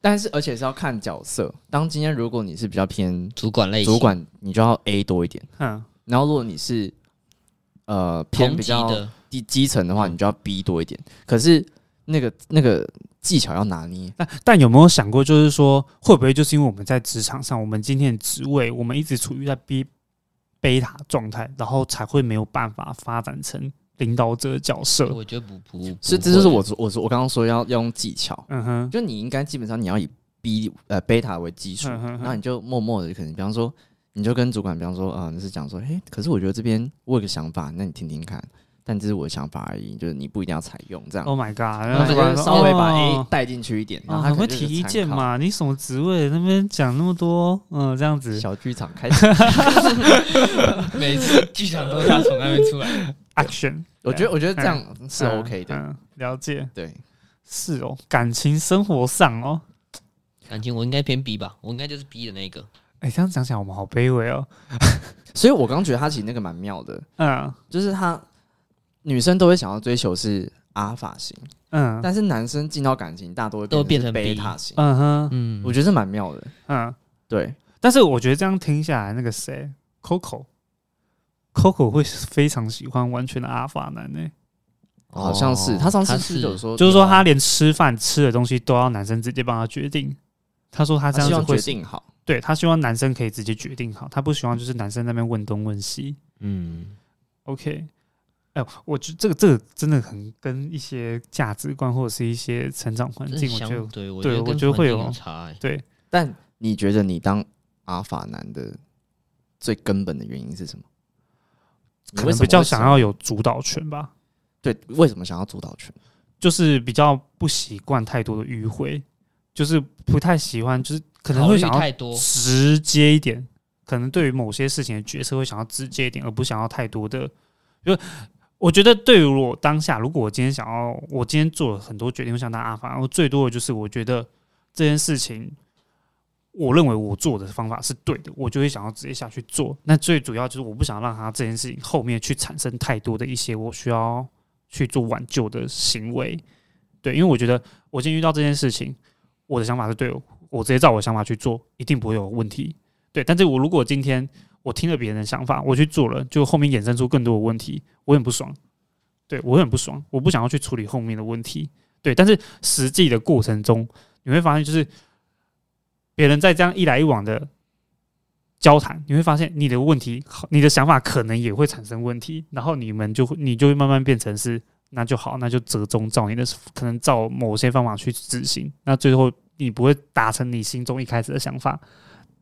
Speaker 3: 但是而且是要看角色。当今天如果你是比较偏
Speaker 2: 主管类型
Speaker 3: 主管，你就要 A 多一点；
Speaker 1: 嗯，
Speaker 3: 然后如果你是呃偏
Speaker 2: 同
Speaker 3: 比
Speaker 2: 级
Speaker 3: 较
Speaker 2: 的，
Speaker 3: 低基层的话，
Speaker 1: 嗯
Speaker 3: 你就要 B 多一点。可是那个那个技巧要拿捏，
Speaker 1: 但但有没有想过，就是说会不会就是因为我们在职场上，我们今天的职位，我们一直处于在 B 贝塔状态，然后才会没有办法发展成领导者角色？
Speaker 2: 我觉得不不，不
Speaker 3: 所以这就是
Speaker 2: 会
Speaker 3: 我说我说我刚刚说要要用技巧，
Speaker 1: 嗯哼，
Speaker 3: 就你应该基本上你要以 B 呃贝塔为基础，
Speaker 1: 嗯哼哼
Speaker 3: 然后你就默默的可能比方说。你就跟主管，比方说，啊、你是讲说，嘿，可是我觉得这边我有个想法，那你听听看，但这是我的想法而已，就是你不一定要采用这样。
Speaker 1: Oh my god！然
Speaker 3: 然
Speaker 1: 后
Speaker 3: 后
Speaker 1: 主
Speaker 3: 就
Speaker 1: 管
Speaker 3: 是
Speaker 1: 说
Speaker 3: 稍微把 A
Speaker 1: 哦
Speaker 3: 带进去一点，然
Speaker 1: 哦
Speaker 3: 后他
Speaker 1: 很
Speaker 3: 可
Speaker 1: 会
Speaker 3: 能就是
Speaker 1: 提意见
Speaker 3: 参考。
Speaker 1: 嘛？你什么职位那边讲那么多？嗯，这样子
Speaker 3: 小剧场开始，
Speaker 2: 每次剧场都是他从那边出来。
Speaker 1: action
Speaker 3: 我觉得我觉得这样啊是啊
Speaker 1: 嗯
Speaker 3: OK 的，
Speaker 1: 嗯，了解。
Speaker 3: 对，
Speaker 1: 是哦，感情生活上哦，
Speaker 2: 感情我应该偏 B 吧，我应该就是 B 的那一个。
Speaker 1: 哎、这样讲起来我们好卑微哦。
Speaker 3: 所以我刚刚觉得他其实那个蛮妙的，
Speaker 1: 嗯
Speaker 3: 就是他女生都会想要追求是阿尔法型，
Speaker 1: 嗯
Speaker 3: 但是男生进到感情大多
Speaker 2: 都
Speaker 3: 会
Speaker 2: 变
Speaker 3: 变
Speaker 2: 成 B
Speaker 3: 贝塔型，
Speaker 1: 嗯哼
Speaker 2: 嗯
Speaker 3: 我觉得是蛮妙的，
Speaker 1: 嗯，
Speaker 3: 对，
Speaker 1: 但是我觉得这样听下来，那个谁，Coco，Coco 会非常喜欢完全的阿法男呢、欸
Speaker 3: 好像是哦他上次是不是有说，
Speaker 1: 就是说他连吃饭吃的东西都要男生直接帮他决定。他说他
Speaker 3: 他
Speaker 1: 这样
Speaker 3: 希
Speaker 1: 子
Speaker 3: 望
Speaker 1: 会
Speaker 3: 决，定好，
Speaker 1: 对他希望男生可以直接决定好，他不希望就是男生在那边问东问西。
Speaker 2: 嗯，
Speaker 1: OK，哎、我觉得这个这个真的很跟一些价值观或者是一些成长环
Speaker 2: 这
Speaker 1: 境，我觉
Speaker 2: 相
Speaker 1: 得
Speaker 2: 对，我
Speaker 1: 对
Speaker 2: 觉得
Speaker 1: 我
Speaker 2: 跟
Speaker 1: 觉得
Speaker 2: 环
Speaker 1: 会
Speaker 2: 境
Speaker 1: 有
Speaker 2: 差欸。
Speaker 1: 对。
Speaker 3: 但你觉得你当阿尔法男的最根本的原因是什么？你
Speaker 1: 可
Speaker 3: 为
Speaker 1: 能
Speaker 3: 什
Speaker 1: 比
Speaker 3: 么
Speaker 1: 较
Speaker 3: 会
Speaker 1: 想要有主导权吧，
Speaker 3: 对，为什么想要主导权？
Speaker 1: 就是比较不习惯太多的迂回，就是不太喜欢，就是可能
Speaker 2: 考
Speaker 1: 会
Speaker 2: 虑
Speaker 1: 想要
Speaker 2: 太多，
Speaker 1: 直接一点，可能对于某些事情的决策会想要直接一点，而不想要太多的。就我觉得，对于我当下，如果我今天想要，我今天做了很多决定，我想当阿法，我最多的就是我觉得这件事情我认为我做的方法是对的，我就会想要直接下去做。那最主要就是我不想让他这件事情后面去产生太多的一些我需要去做挽救的行为。对，因为我觉得我今天遇到这件事情，我的想法是对的，我直接照我的想法去做，一定不会有问题。对，但是我如果今天我听了别人的想法，我去做了，就后面衍生出更多的问题，我很不爽。对我很不爽，我不想要去处理后面的问题。对，但是实际的过程中，你会发现，就是别人在这样一来一往的交谈，你会发现你的问题、你的想法可能也会产生问题，然后你们就会，你就会慢慢变成是那就好，那就折中照你的可能照某些方法去执行，那最后你不会达成你心中一开始的想法，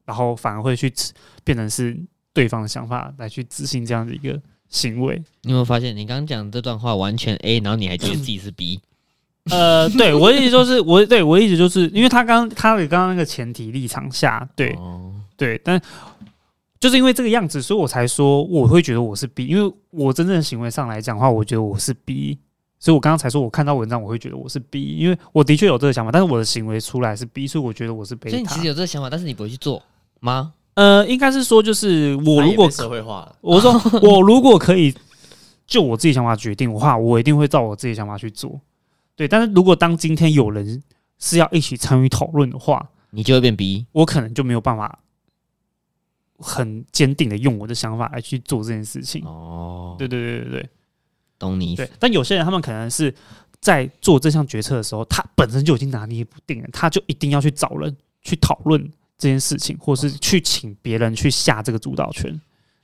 Speaker 1: 然后反而会去变成是对方的想法来去执行这样的一个行为。
Speaker 2: 你有没有发现你刚刚讲这段话完全 A，然后你还觉得自己是 B？
Speaker 1: 呃，对我一直就是我对我一直就是，因为他刚他的刚刚那个前提立场下，对
Speaker 2: 哦
Speaker 1: 对，但就是因为这个样子，所以我才说我会觉得我是 B，因为我真正的行为上来讲的话，我觉得我是 B，所以我刚刚才说我看到文章我会觉得我是 B，因为我的确有这个想法，但是我的行为出来是 B，所以我觉得我是贝
Speaker 2: 所以你
Speaker 1: 塔
Speaker 2: 其实。有这个想法，但是你不会去做吗？
Speaker 1: 呃，应该是说就是我如果
Speaker 3: 社会化了，
Speaker 1: 我说 我如果可以就我自己想法决定的话，我一定会照我自己想法去做。对，但是如果当今天有人是要一起参与讨论的话，
Speaker 2: 你就会变 B。
Speaker 1: 我可能就没有办法很坚定的用我的想法来去做这件事情。
Speaker 2: 哦，
Speaker 1: 对对对对对
Speaker 2: 懂你意
Speaker 1: 对
Speaker 2: 思。，
Speaker 1: 但有些人他们可能是在做这项决策的时候，他本身就已经拿捏不定了，他就一定要去找人去讨论这件事情，或是去请别人去下这个主导权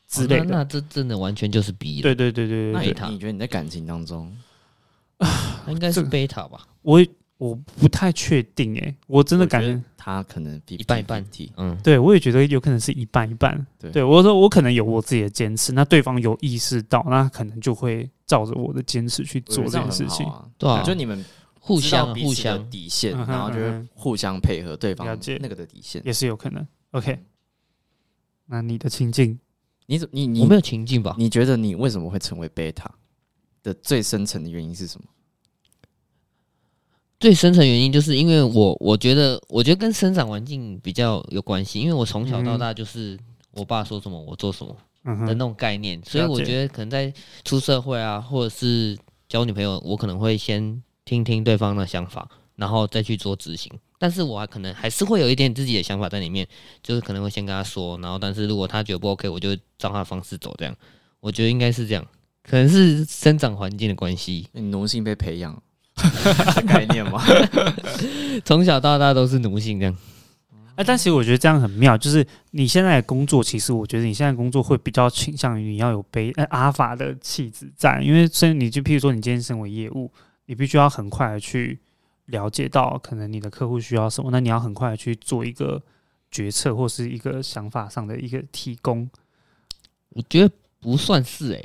Speaker 1: 之类
Speaker 2: 哦那
Speaker 1: 的。
Speaker 2: 那这真的完全就是 B 了，
Speaker 1: 对对对对对
Speaker 3: 那
Speaker 1: 对
Speaker 3: 你
Speaker 2: 贝塔
Speaker 3: 你觉得你在感情当中，
Speaker 2: 那应该是
Speaker 1: 这个
Speaker 2: 贝塔吧？
Speaker 1: 我我不太确定诶、欸我真的
Speaker 3: 我觉
Speaker 1: 感
Speaker 3: 得
Speaker 1: 觉，
Speaker 3: 他可能比
Speaker 2: 一半一半
Speaker 3: 比
Speaker 2: 嗯，
Speaker 1: 对我也觉得有可能是一半一半。
Speaker 3: 对
Speaker 1: 对我说，我可能有我自己的坚持，那对方有意识到，那可能就会照着我的坚持去做
Speaker 3: 我觉得
Speaker 1: 这
Speaker 3: 样
Speaker 1: 件事
Speaker 3: 很
Speaker 1: 情
Speaker 3: 好。啊，
Speaker 2: 对啊
Speaker 3: 就你们
Speaker 2: 互
Speaker 3: 知道
Speaker 2: 相啊
Speaker 3: 彼
Speaker 2: 互
Speaker 3: 此的
Speaker 2: 相，
Speaker 3: 底线，
Speaker 1: 嗯哼
Speaker 3: 然后
Speaker 1: 嗯
Speaker 3: 就会
Speaker 1: 哼
Speaker 3: 互相配合对方
Speaker 1: 了解
Speaker 3: 那个的底线。
Speaker 1: 也是有可能。OK，那你的情境，
Speaker 3: 你怎你
Speaker 2: 我
Speaker 3: 你
Speaker 2: 没有情境吧？
Speaker 3: 你觉得你为什么会成为贝塔的最深层的原因是什么？
Speaker 2: 最深层原因就是因为我我觉得我觉得跟生长环境比较有关系，因为我从小到大就是我爸说什么我做什么
Speaker 1: 嗯
Speaker 2: 的那
Speaker 1: 哼，
Speaker 2: 种概念，所以
Speaker 1: 了解
Speaker 2: 我觉得可能在出社会啊，或者是交女朋友，我可能会先听听对方的想法，然后再去做执行。但是我还可能还是会有一点自己的想法在里面，就是可能会先跟他说，然后但是如果他觉得不 OK，我就照他的方式走，这样我觉得应该是这样，可能是生长环境的关系，
Speaker 3: 你奴性被培 养的概念吗？
Speaker 2: 从小到大都是奴性这样。
Speaker 1: 哎、但其实我觉得这样很妙，就是你现在的工作，其实我觉得你现在的工作会比较倾向于你要有背呃阿尔法的气质在，因为所以你就譬如说你今天身为业务，你必须要很快的去了解到可能你的客户需要什么，那你要很快的去做一个决策或是一个想法上的一个提供。
Speaker 2: 我觉得不算是哎、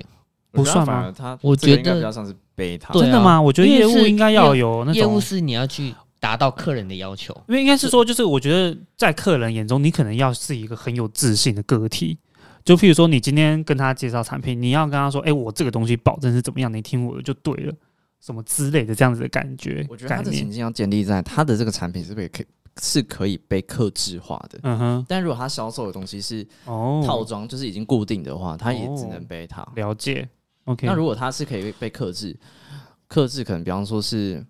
Speaker 1: 不算吗
Speaker 3: 我觉得反而他
Speaker 2: 我
Speaker 3: 这个
Speaker 2: 觉
Speaker 3: 应该
Speaker 2: 得
Speaker 3: 比较像是贝塔。
Speaker 2: 对啊
Speaker 1: 真的吗？我觉得
Speaker 2: 因为
Speaker 1: 业
Speaker 2: 是
Speaker 1: 务应该要有那
Speaker 2: 业务
Speaker 1: 种。
Speaker 2: 是你要去达到客人的要求，
Speaker 1: 因为应该是说，就是我觉得在客人眼中，你可能要是一个很有自信的个体。就譬如说，你今天跟他介绍产品，你要跟他说：“哎、我这个东西保证是怎么样，你听我的就对了。”什么之类的这样子的感觉，
Speaker 3: 我觉得
Speaker 1: 概
Speaker 3: 他的
Speaker 1: 念
Speaker 3: 情。境要建立在他的这个产品是不是也可以是可以被克制化的？
Speaker 1: 嗯哼，
Speaker 3: 但如果他销售的东西是套
Speaker 1: 哦，
Speaker 3: 装，就是已经固定的话，他也只能贝塔。
Speaker 1: 了解。OK，
Speaker 3: 那如果他是可以被克制，克制可能比方说是，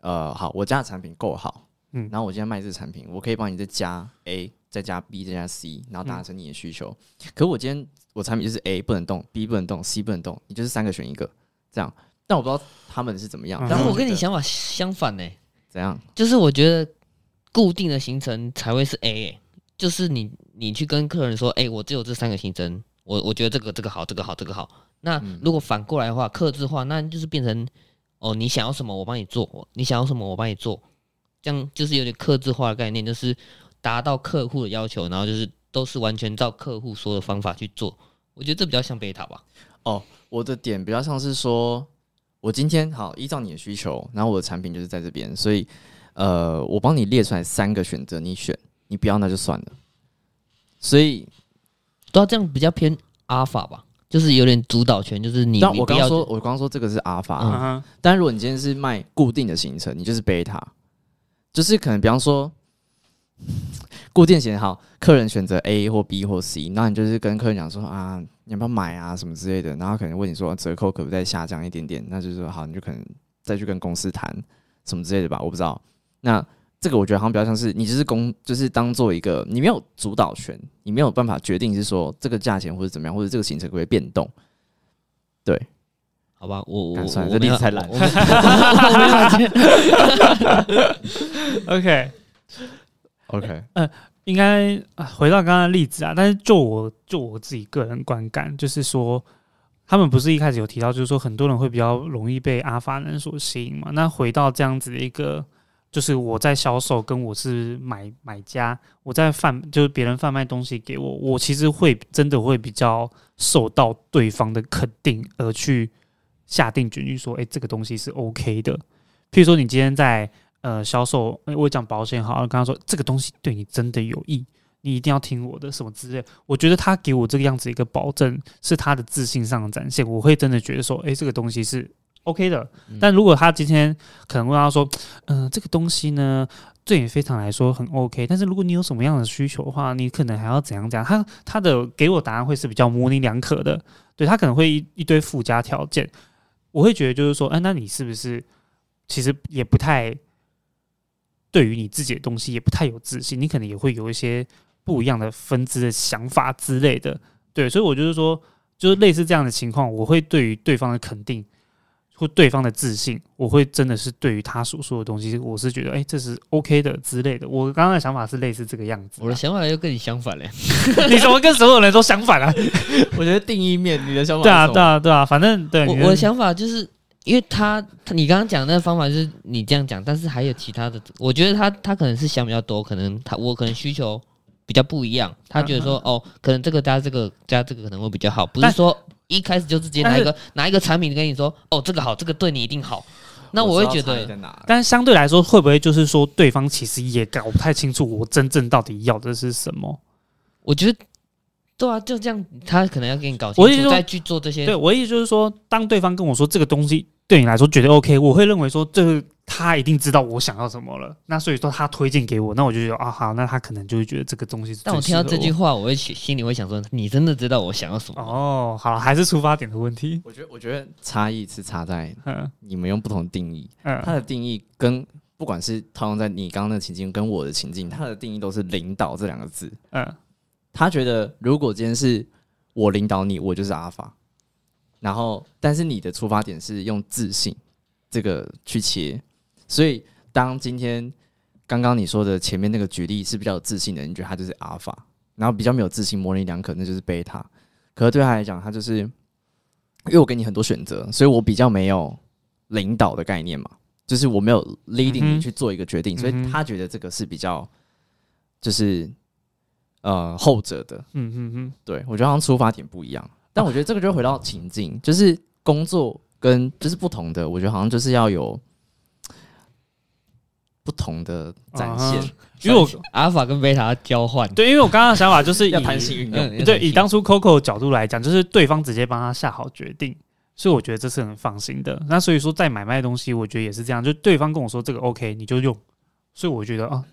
Speaker 3: 呃，好，我家的产品够好，
Speaker 1: 嗯
Speaker 3: 然后我今天卖这产品，我可以帮你再加 A，再加 B，再加 C，然后达成你的需求。
Speaker 1: 嗯
Speaker 3: 可我今天我产品就是 A 不能动，B 不能动，C 不能动，你就是三个选一个这样。但我不知道他们是怎么样。
Speaker 1: 嗯
Speaker 3: 但
Speaker 2: 然后我
Speaker 3: 觉
Speaker 2: 跟你
Speaker 3: 得
Speaker 2: 想法相反呢、
Speaker 3: 怎样？
Speaker 2: 就是我觉得固定的行程才会是 A，欸、就是你你去跟客人说，哎、我只有这三个行程，我我觉得这个这个好，这个好，这个好。那如果反过来的话，克制化，那就是变成哦，你想要什么我帮你做，你想要什么我帮你做，这样就是有点克制化的概念，就是达到客户的要求，然后就是都是完全照客户说的方法去做。我觉得这比较像贝塔吧。
Speaker 3: 我的点比较像是说，我今天好依照你的需求，然后我的产品就是在这边，所以呃，我帮你列出来三个选择，你选，你不要那就算了。所以，
Speaker 2: 对啊，这样比较偏阿法吧，就是有点主导权，就是你
Speaker 3: 但
Speaker 2: 你
Speaker 3: 我
Speaker 2: 不
Speaker 3: 刚刚
Speaker 2: 要
Speaker 3: 说，啊我刚刚说这个是阿尔法，
Speaker 1: 嗯 哼，
Speaker 3: 但如果你今天是卖固定的行程，你就是贝塔，就是可能比方说，固定型好，客人选择 A 或 B 或 C，那你就是跟客人讲说啊，你要不要买啊什么之类的，然后可能问你说呃折扣可不可以再下降一点点，那就是说好，你就可能再去跟公司谈什么之类的吧，我不知道。那这个我觉得好像比较像是你只是公，就是当做一个你没有主导权，你没有办法决定是说这个价钱或者怎么样，或者这个行程会不会变动。对，
Speaker 2: 好吧，我我
Speaker 3: 干
Speaker 2: 我
Speaker 3: 算了
Speaker 2: 我
Speaker 3: 这
Speaker 2: 没
Speaker 3: 例
Speaker 2: 有
Speaker 3: 子太烂
Speaker 2: 我我我 我没有见
Speaker 1: OK，
Speaker 3: OK，
Speaker 1: 应该啊回到刚刚的例子啊，但是就我就我自己个人观感，就是说，他们不是一开始有提到，就是说很多人会比较容易被阿发人所吸引嘛。那回到这样子的一个，就是我在销售，跟我是买买家，我在贩就是别人贩卖东西给我，我其实会真的会比较受到对方的肯定，而去下定决心说，哎、这个东西是 OK 的。譬如说，你今天在呃销售，呃我讲保险好了，跟他说这个东西对你真的有益，你一定要听我的什么之类。我觉得他给我这个样子一个保证，是他的自信上的展现。我会真的觉得说，诶，这个东西是 OK 的。但如果他今天可能问他说，嗯、这个东西呢？对你非常来说很 OK，但是如果你有什么样的需求的话，你可能还要怎样怎样。他他的给我答案会是比较模棱两可的，对他可能会一一堆附加条件，我会觉得就是说，哎、那你是不是其实也不太对于你自己的东西也不太有自信，你可能也会有一些不一样的分支的想法之类的。对，所以我就是说，就是类似这样的情况，我会对于对方的肯定或对方的自信，我会真的是对于他所说的东西，我是觉得哎、这是 OK 的之类的。我刚刚的想法是类似这个样子啊、
Speaker 2: 我的想法又跟你相反嘞。
Speaker 1: 你怎么跟所有人都相反啊？
Speaker 3: 我觉得定义面你的想法
Speaker 1: 对啊，对啊，对啊，反正对
Speaker 2: 我
Speaker 1: 你
Speaker 2: 我的想法就是，因为他他你刚刚讲的那个方法就是你这样讲，但是还有其他的，我觉得他他可能是想比较多，可能他我可能需求比较不一样，他觉得说、
Speaker 3: 嗯
Speaker 2: 哦，可能这个加这个加这个可能会比较好，不是
Speaker 1: 但
Speaker 2: 说一开始就直接拿一个拿一个产品跟你说哦，这个好，这个对你一定好，那我会觉得
Speaker 1: 但相对来说，会不会就是说对方其实也搞不太清楚我真正到底要的是什么？
Speaker 2: 我觉得，对啊，就这样，他可能要给你搞
Speaker 1: 我意思
Speaker 2: 清楚，
Speaker 1: 说
Speaker 2: 再去做这些。
Speaker 1: 对我意思就是说，当对方跟我说这个东西对你来说觉得 OK，我会认为说这个他一定知道我想要什么了。那所以说他推荐给我，那我就觉得啊好，那他可能就会觉得这个东西是最
Speaker 2: 但我听到
Speaker 1: 适合
Speaker 2: 这句话，我会心心里会想说，你真的知道我想要什么？
Speaker 1: 哦，好还是出发点的问题。
Speaker 3: 我觉得我觉得差异是差在
Speaker 1: 嗯
Speaker 3: 你们用不同的定义，它
Speaker 1: 嗯，
Speaker 3: 的定义跟不管是套用在你刚刚的情境跟我的情境，它的定义都是领导这两个字。
Speaker 1: 嗯，
Speaker 3: 他觉得如果今天是我领导你，我就是阿法。然后，但是你的出发点是用自信这个去切，所以当今天刚刚你说的前面那个举例是比较有自信的，你觉得他就是阿法，然后比较没有自信、模棱两可，那就是贝塔。可是对他来讲，他就是因为我给你很多选择，所以我比较没有领导的概念嘛，就是我没有 leading
Speaker 1: 嗯哼
Speaker 3: 你去做一个决定，所
Speaker 1: 嗯哼
Speaker 3: 以他觉得这个是比较就是呃后者的。
Speaker 1: 嗯嗯嗯，
Speaker 3: 对，我觉得好像出发点不一样，但我觉得这个就回到情境，就是工作跟就是不同的，我觉得好像就是要有不同的展现
Speaker 1: 啊，因为我
Speaker 2: 阿尔法跟贝塔交换，
Speaker 1: 对，因为我刚刚的想法就是以
Speaker 3: 运
Speaker 2: 嗯
Speaker 1: 对，以当初 Coco 的角度来讲，就是对方直接帮他下好决定，所以我觉得这是很放心的。那所以说，在买卖的东西，我觉得也是这样，就对方跟我说这个 OK，你就用，所以我觉得啊，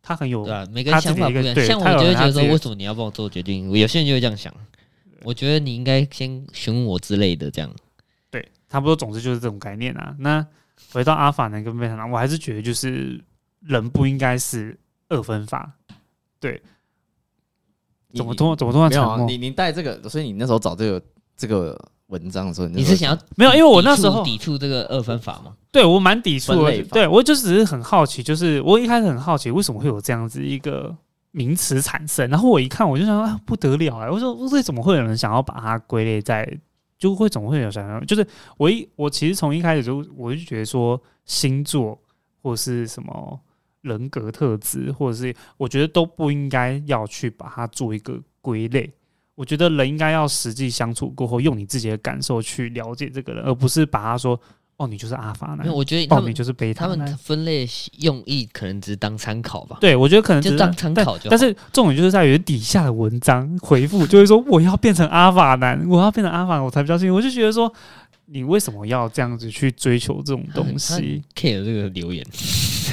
Speaker 1: 他很有
Speaker 2: 对啊，每个人想法不一
Speaker 1: 他自己的一
Speaker 2: 样。
Speaker 1: 个
Speaker 2: 像我
Speaker 1: 对
Speaker 2: 就
Speaker 1: 他有
Speaker 2: 会觉
Speaker 1: 他
Speaker 2: 得
Speaker 1: 自
Speaker 2: 说，
Speaker 1: 己的
Speaker 2: 为什么你要帮我做决定？有些人就会这样想，我觉得你应该先询问我之类的，这样。
Speaker 1: 对，差不多，总之就是这种概念啊。那回到阿法呢跟贝塔呢，我还是觉得就是人不应该是二分法。怎么突然怎么突然
Speaker 3: 没
Speaker 1: 沉
Speaker 3: 有啊？
Speaker 1: 默？
Speaker 3: 你你带这个，所以你那时候找这个这个文章的时候，
Speaker 2: 你是想要
Speaker 1: 嗯没有，因为我那时候嗯
Speaker 2: 抵触这个二分法吗？
Speaker 1: 对我蛮抵触
Speaker 3: 分
Speaker 1: 的
Speaker 3: 类，法
Speaker 1: 对我就只是很好奇，就是我一开始很好奇为什么会有这样子一个名词产生，然后我一看我就想说啊不得了哎、我说为什么会有人想要把它归类在，就会总会有想要，就是我一我其实从一开始就我就觉得说星座或是什么人格特质，或者是我觉得都不应该要去把它做一个归类。我觉得人应该要实际相处过后，用你自己的感受去了解这个人，而不是把他说哦，你就是阿法
Speaker 2: 没
Speaker 1: 男
Speaker 2: 有，，我觉得
Speaker 1: 报
Speaker 2: 他
Speaker 1: 名
Speaker 2: 们
Speaker 1: 就是贝塔
Speaker 2: 他
Speaker 1: 男。
Speaker 2: 们分类用意可能只是当参考吧，
Speaker 1: 对我觉得可能只
Speaker 2: 就是当参
Speaker 1: 但
Speaker 2: 考就好。
Speaker 1: 但是重点就是在于底下的文章回复，就会说我要变成阿法男，我要变成阿法，我才比较信。我就觉得说，你为什么要这样子去追求这种东西？
Speaker 2: care 这个留言，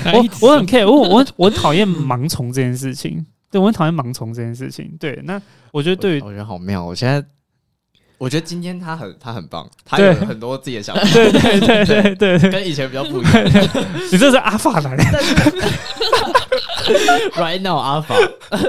Speaker 1: 我我很 care，我我很我很讨厌盲从这件事情。对我很讨厌盲从这件事情。对，那我觉得对于
Speaker 3: 我觉得好妙。我现 在我觉得今天他很他很棒，他
Speaker 1: 对
Speaker 3: 有很多自己 的想法，
Speaker 1: 对对对对对对，
Speaker 3: 跟以前比较不一样。
Speaker 1: 你这是阿法男，
Speaker 3: right now 阿法，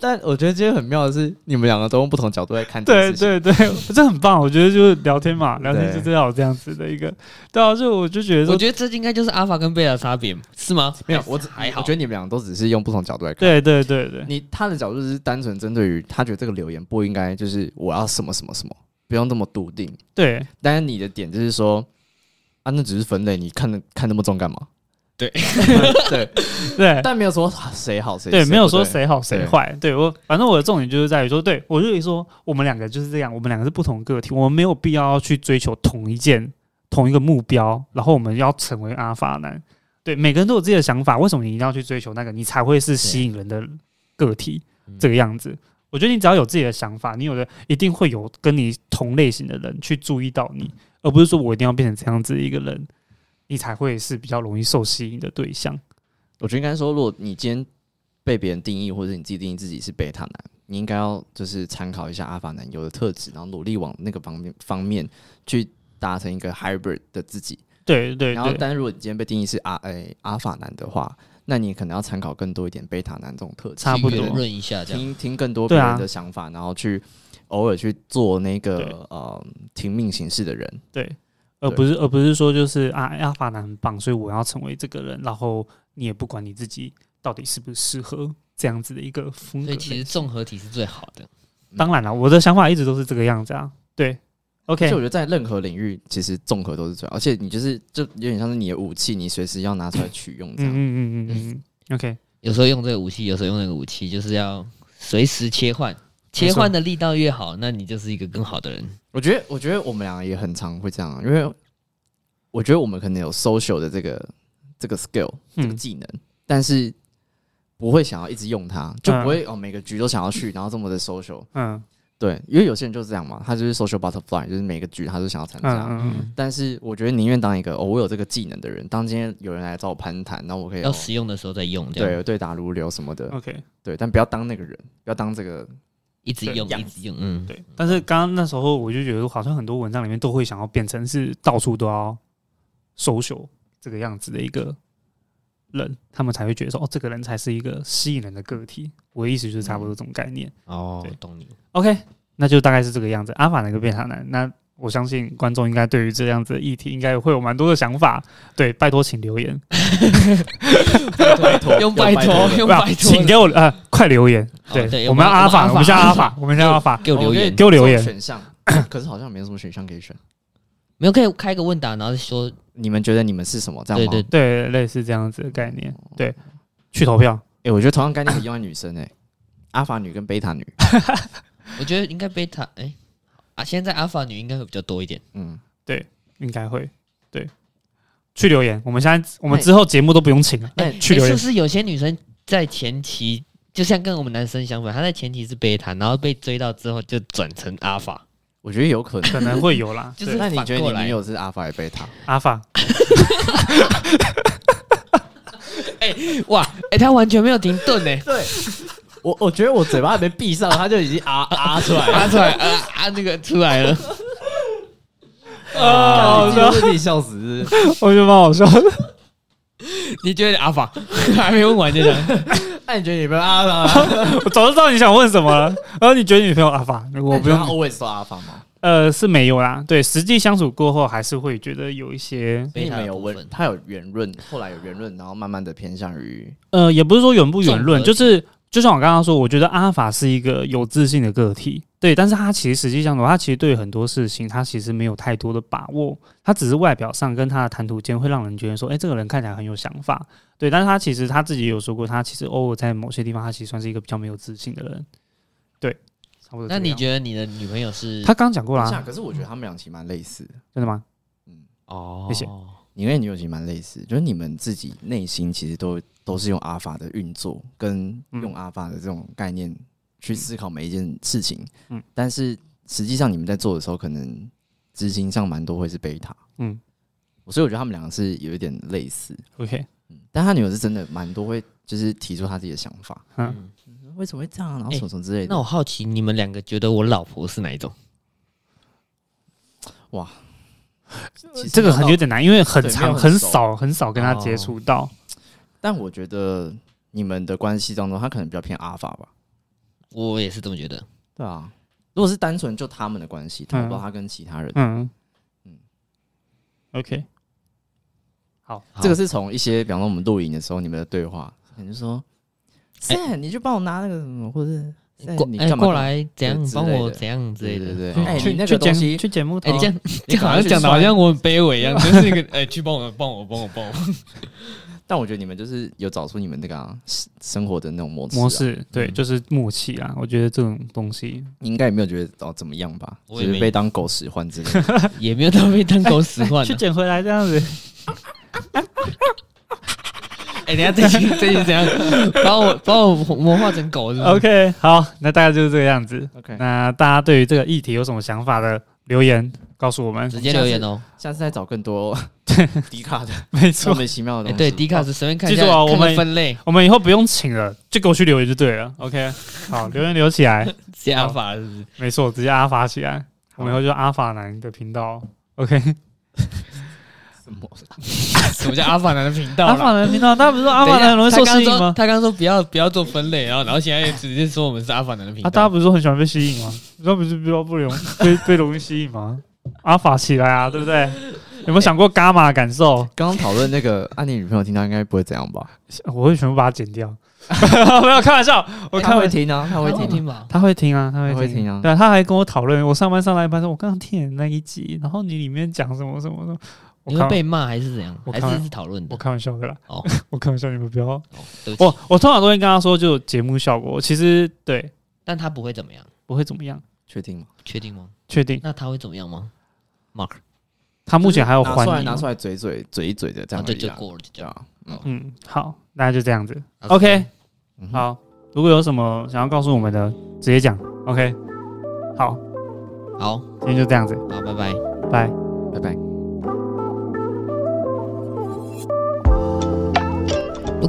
Speaker 3: 但我觉得今天很妙的是，你们两个都用不同角度在看这
Speaker 1: 对
Speaker 3: 件事情。
Speaker 1: 对对，这很棒。我觉得就是聊天嘛，聊天
Speaker 3: 对
Speaker 1: 就是要有这样子的一个，对啊，就我就觉得
Speaker 2: 我
Speaker 1: 说，
Speaker 2: 觉得这应该就是阿法跟贝塔的差别，是吗？
Speaker 3: 没有，
Speaker 2: 还
Speaker 3: 我只
Speaker 2: 还好，
Speaker 3: 我觉得你们两个都只是用不同角度来看。
Speaker 1: 对对对对，
Speaker 3: 你他的角度是单纯针对于他觉得这个留言不应该就是我要什么什么什么，不用那么笃定。
Speaker 1: 对
Speaker 3: 但是你的点就是说，啊，那只是分类，你看得看那么重干嘛？
Speaker 2: 对
Speaker 3: 对，
Speaker 1: 对
Speaker 3: 但没有说谁好谁
Speaker 1: 对，没有
Speaker 3: 不
Speaker 1: 说
Speaker 3: 对
Speaker 1: 谁好谁
Speaker 3: 对
Speaker 1: 坏。对我，反正我的重点就是在于说，对我就是说，我们两个就是这样，我们两个是不同个体，我们没有必要要去追求同一件、同一个目标，然后我们要成为阿法男。对，每个人都有自己的想法，为什么你一定要去追求那个？你才会是吸引人的个体这个样子。我觉得你只要有自己的想法，你有的一定会有跟你同类型的人去注意到你，而不是说我一定要变成这样子一个人，你才会是比较容易受吸引的对象。
Speaker 3: 我觉得应该说，如果你今天被别人定义，或者你自己定义自己是贝塔男，你应该要就是参考一下阿法男有的特质，然后努力往那个方面方面去达成一个 hybrid 的自己。
Speaker 1: 对对
Speaker 3: 然后，
Speaker 1: 对
Speaker 3: 但如果你今天被定义是阿诶、阿法男的话，那你可能要参考更多一点贝塔男这种特质，
Speaker 1: 差不多
Speaker 2: 圆润一下这样。
Speaker 3: 听听更多别
Speaker 1: 对啊
Speaker 3: 人的想法，然后去偶尔去做那
Speaker 1: 对
Speaker 3: 个呃听命行事的人。
Speaker 1: 对，而
Speaker 3: 对
Speaker 1: 不是而不是说就是啊，阿法男很棒，所以我要成为这个人，然后你也不管你自己到底适不适合这样子的一个风格
Speaker 2: 所
Speaker 1: 类型。
Speaker 2: 以其实综合体是最好的。
Speaker 1: 当然了，我的想法一直都是这个样子啊。对
Speaker 3: 而且我
Speaker 1: ，OK，
Speaker 3: 觉得在任何领域，其实综合都是最好，而且你就是就有点像是你的武器，你随时要拿出来取用
Speaker 1: 嗯
Speaker 3: 这样。
Speaker 1: 嗯嗯嗯嗯，OK，
Speaker 2: 有时候用这个武器，有时候用那个武器，就是要随时切换，
Speaker 1: 错
Speaker 2: 切换的力道越好，那你就是一个更好的人。
Speaker 3: 我觉得，我觉得我们两个也很常会这样啊，因为我觉得我们可能有 social 的这个这个 skill 这个
Speaker 1: 嗯，
Speaker 3: 技能，但是不会想要一直用它，就不会、哦每个局都想要去，然后这么的 social。
Speaker 1: 嗯
Speaker 3: 对，因为有些人就是这样嘛，他就是 social butterfly，就是每个局他都想要参
Speaker 1: 嗯
Speaker 3: 加。
Speaker 1: 嗯嗯，
Speaker 3: 但是我觉得宁愿当一个哦，我有这个技能的人，当今天有人来找我攀谈，那我可以、
Speaker 2: 要
Speaker 3: 哦、
Speaker 2: 使用的时候再用，这样
Speaker 3: 对对答如流什么的，
Speaker 1: ，OK，
Speaker 3: 对，但不要当那个人，不要当这个
Speaker 2: 一直用，
Speaker 3: 对
Speaker 2: 一直用，嗯，
Speaker 1: 对。但是刚刚那时候我就觉得，好像很多文章里面都会想要变成是到处都要 social 这个样子的一个人，他们才会觉得说，哦，这个人才是一个吸引人的个体。我的意思就是差不
Speaker 3: 嗯
Speaker 1: 多这种概念。
Speaker 2: 哦
Speaker 1: 对，
Speaker 2: 懂你。
Speaker 1: OK，那就大概是这个样子。阿法那个变塔男，那我相信观众应该对于这样子的议题应该会有蛮多的想法。对，拜托请留言，
Speaker 3: 拜托
Speaker 2: 用拜托，用拜托，
Speaker 1: 请给我呃快留言。
Speaker 2: 哦
Speaker 1: 对，
Speaker 2: 对
Speaker 1: 我们要阿法，我
Speaker 2: 我
Speaker 1: 们
Speaker 2: 们
Speaker 1: 是
Speaker 2: 要
Speaker 1: 阿
Speaker 2: 阿
Speaker 1: 法
Speaker 2: 法，
Speaker 1: 我们是阿法。
Speaker 2: 给我留言，
Speaker 1: 给我留言
Speaker 3: 选项， 可是好像没什么选项可以选。
Speaker 2: 没有可以开个问答，然后说
Speaker 3: 你们觉得你们是什么？这样
Speaker 2: 对
Speaker 3: 吗？
Speaker 2: 对，
Speaker 1: 对，类似这样子的概念。对，去投票。
Speaker 3: 哎、我觉得同样概念可以用在女生哎、 阿法女跟贝塔女，
Speaker 2: 我觉得应该贝塔，哎，啊，现在阿法女应该会比较多一点。
Speaker 3: 嗯，
Speaker 1: 应该会对。去留言，我们现在我们
Speaker 3: 那
Speaker 1: 之后节目都不用 请了，
Speaker 3: 那
Speaker 1: 去
Speaker 2: 诶
Speaker 1: 留
Speaker 2: 哎
Speaker 1: 言
Speaker 2: 是不。是有些女生在前期，就像跟我们男生相反，她在前期是贝塔，然后被追到之后就转成阿法，
Speaker 3: 我觉得有可能。
Speaker 1: 可能会有啦，
Speaker 2: 就
Speaker 1: 对
Speaker 2: 是
Speaker 3: 那你觉
Speaker 2: 反过
Speaker 3: 得你
Speaker 2: 来
Speaker 3: 女友是阿法还是贝塔？
Speaker 1: 阿法，
Speaker 2: 哇，哎、她完全没有停顿哎呢、
Speaker 3: 对，我我觉得我嘴巴还没闭上，他就已经 啊啊出来
Speaker 2: 发出来啊啊，那个出来了，
Speaker 1: 哦
Speaker 3: 了，自己笑死。
Speaker 1: 我觉得蛮好笑的。
Speaker 2: 你觉得阿 法还没问完就讲，
Speaker 3: 那你觉得你们阿法？
Speaker 1: 我早就知道你想问什么了。然后你觉得女朋友阿法，我不用
Speaker 3: always 说阿法吗？
Speaker 1: 呃，是没有啦。对，实际相处过后，还是会觉得有一些，
Speaker 3: 因为
Speaker 2: 贝
Speaker 3: 你
Speaker 2: 塔
Speaker 3: 们
Speaker 2: 的
Speaker 3: 有
Speaker 2: 部
Speaker 3: 温，
Speaker 2: 分，
Speaker 3: 他有圆润，后来有圆润，然后慢慢的偏向于
Speaker 1: 呃，也不是说圆不圆润，
Speaker 2: 综合
Speaker 1: 就是就像我刚刚说，我觉得阿法是一个有自信的个体，对，但是他其实实际上的话，他其实对很多事情他其实没有太多的把握，他只是外表上跟他的谈吐间会让人觉得说，哎、这个人看起来很有想法，对，但是他其实他自己也有说过，他其实偶尔在某些地方，他其实算是一个比较没有自信的人，对，差不多这个
Speaker 2: 那
Speaker 1: 样子。
Speaker 2: 你觉得你的女朋友是
Speaker 1: 他刚讲过啦、
Speaker 3: 像，可是我觉得他们俩其实蛮类似的。
Speaker 1: 真的吗？
Speaker 2: 哦
Speaker 1: 谢谢
Speaker 3: 你跟你女友其实蛮类似，就是你们自己内心其实都都是用阿法的运作，跟
Speaker 1: 嗯
Speaker 3: 用阿法的这种概念去思考每一件事情。
Speaker 1: 嗯
Speaker 3: 嗯，但是实际上你们在做的时候，可能执行上蛮多会是贝塔。
Speaker 1: 嗯
Speaker 3: 所以我觉得他们两个是有一点类似，
Speaker 1: ，OK，
Speaker 3: 但他女友是真的蛮多会就是提出他自己的想法，
Speaker 1: 嗯，
Speaker 3: 为什么会这样，然啊后
Speaker 2: 哎
Speaker 3: 什么什么之类的。
Speaker 2: 那我好奇你们两个觉得我老婆是哪一种？
Speaker 3: 其实
Speaker 1: 这个
Speaker 3: 没有
Speaker 1: 很
Speaker 3: 到
Speaker 1: 有点难，因为很
Speaker 3: 对没有
Speaker 1: 长
Speaker 3: 很
Speaker 1: 很
Speaker 3: 熟哦
Speaker 1: 少很少跟他接触到。
Speaker 3: 但我觉得你们的关系当中，他可能比较偏阿尔法吧。
Speaker 2: 我也是这么觉得。
Speaker 3: 对啊，如果是单纯就他们的关系，他不知道
Speaker 1: 嗯
Speaker 3: 他跟其他人，
Speaker 1: 嗯
Speaker 3: 嗯
Speaker 1: ，OK，好，
Speaker 2: 好
Speaker 3: 这个是从一些，比方说我们录影的时候，你们的对话，可能就说，Sam，、你去帮我拿那个什么，或者是 Sam，你
Speaker 2: 哎、
Speaker 3: 干嘛
Speaker 2: 过？来怎样
Speaker 3: 之类
Speaker 2: 帮我
Speaker 3: 的
Speaker 2: 怎样之类
Speaker 3: 对
Speaker 2: 的，
Speaker 3: 对对，
Speaker 2: 哦
Speaker 3: 哎、
Speaker 1: 去
Speaker 3: 你那
Speaker 1: 去
Speaker 3: 个
Speaker 1: 节
Speaker 3: 东西，
Speaker 1: 去节目
Speaker 2: 哎、
Speaker 1: 头
Speaker 2: 这样这样
Speaker 3: 赶
Speaker 2: 好像
Speaker 3: 快去
Speaker 2: 讲的好
Speaker 3: 算
Speaker 2: 像我很卑微一 样，就是一个哎、去帮我帮我帮我帮我帮我。
Speaker 3: 但我觉得你们就是有找出你们那个、啊、生活的那种模式、啊，
Speaker 1: 模式，对，
Speaker 3: 嗯
Speaker 1: 就是默契啊。我觉得这种东西，
Speaker 3: 你应该也没有觉得哦怎么样吧，
Speaker 2: 我也
Speaker 3: 就是
Speaker 2: 没
Speaker 3: 被当狗使唤之类的。
Speaker 2: 也没有到被当狗使唤啊
Speaker 1: 去
Speaker 2: 的。
Speaker 1: 捡回来这样子，
Speaker 2: 哎、等一下这期这期怎 样？把我把我魔化成
Speaker 3: 嗯
Speaker 2: 狗是不是
Speaker 1: OK，好，那大概就是这个样子。
Speaker 3: OK，
Speaker 1: 那大家对于这个议题有什么想法的，留言告诉我们。
Speaker 2: 直接留言哦、
Speaker 3: 下次再找更多 迪卡的
Speaker 1: 没
Speaker 3: 莫
Speaker 1: 错，
Speaker 3: 名其妙的
Speaker 2: 哎、
Speaker 3: 东西。
Speaker 2: 对，迪卡是随便看一下，
Speaker 1: 记住哦
Speaker 2: 看
Speaker 1: 我们
Speaker 2: 看分类
Speaker 1: 我们以后不用请了，就给我去留言就对了。OK，好，留言留起 来，啊
Speaker 2: 加法是不是？
Speaker 1: 没错，直接阿法起来。我们以后就阿法男的频道。OK，哦
Speaker 3: 什么
Speaker 2: 什么叫阿法男的频道
Speaker 1: 阿
Speaker 2: 啦？
Speaker 1: 法男频道，大家不是说阿
Speaker 2: 等
Speaker 1: 法
Speaker 2: 一下
Speaker 1: 男容易受
Speaker 2: 他刚
Speaker 1: 吸引
Speaker 2: 说
Speaker 1: 吗？
Speaker 2: 他刚说不要不要做分类，然后然后现在直接说我们是阿法男的频
Speaker 1: 啊，
Speaker 2: 道。
Speaker 1: 大家不是说很喜欢被吸引吗？你知道不是不不容 被被容易吸引吗？阿法起来啊，对不对？有没有想过伽马的感受？
Speaker 3: 刚刚讨论那个，啊按、你女朋友听到应该不会怎样吧？
Speaker 1: 我会全部把它剪掉， 没有开玩笑，我
Speaker 3: 她
Speaker 1: 开
Speaker 3: 会
Speaker 1: 玩笑。
Speaker 3: 听啊，她会
Speaker 2: 会
Speaker 3: 听
Speaker 2: 听
Speaker 3: 啊。
Speaker 2: 听吧？
Speaker 1: 他会听啊，他
Speaker 3: 他
Speaker 1: 会
Speaker 3: 会
Speaker 1: 听
Speaker 3: 听啊
Speaker 1: 对，他还跟我讨论，我上班上到一半说，我刚刚听你那一集，然后你里面讲什么什么什么，我
Speaker 2: 你
Speaker 1: 开
Speaker 2: 会
Speaker 1: 玩
Speaker 2: 被骂还是怎样？
Speaker 1: 我
Speaker 2: 还
Speaker 1: 看
Speaker 2: 是是讨论
Speaker 1: 我
Speaker 2: 的？
Speaker 1: 开玩笑的啦，
Speaker 2: 哦
Speaker 1: 我开玩笑，你们不要。
Speaker 2: 哦，对不起，
Speaker 1: 我我通常都会跟他说，就节目效果，其实对
Speaker 2: 但他不会怎么样，
Speaker 1: 不会怎么样，
Speaker 3: 确定吗？
Speaker 2: 确定吗？
Speaker 1: 确定。
Speaker 2: 那他会怎么样吗？Mark，
Speaker 1: 他目前还有还
Speaker 3: 拿出来
Speaker 1: 你
Speaker 3: 拿出来嘴嘴嘴一嘴的这
Speaker 2: 啊
Speaker 3: 样
Speaker 2: 对，
Speaker 3: 而
Speaker 2: 就
Speaker 3: 已啊，
Speaker 2: 过了，就这
Speaker 3: 对
Speaker 2: 样。
Speaker 3: 啊，嗯，
Speaker 1: 嗯，好，那就这样子。
Speaker 2: 那
Speaker 1: OK，
Speaker 3: 嗯哼
Speaker 1: 好，如果有什么想要告诉我们的，直接讲。OK，好，
Speaker 2: 好，
Speaker 1: 今天就这样子，
Speaker 2: 好，拜拜。
Speaker 1: 拜。
Speaker 3: 拜拜。
Speaker 2: 如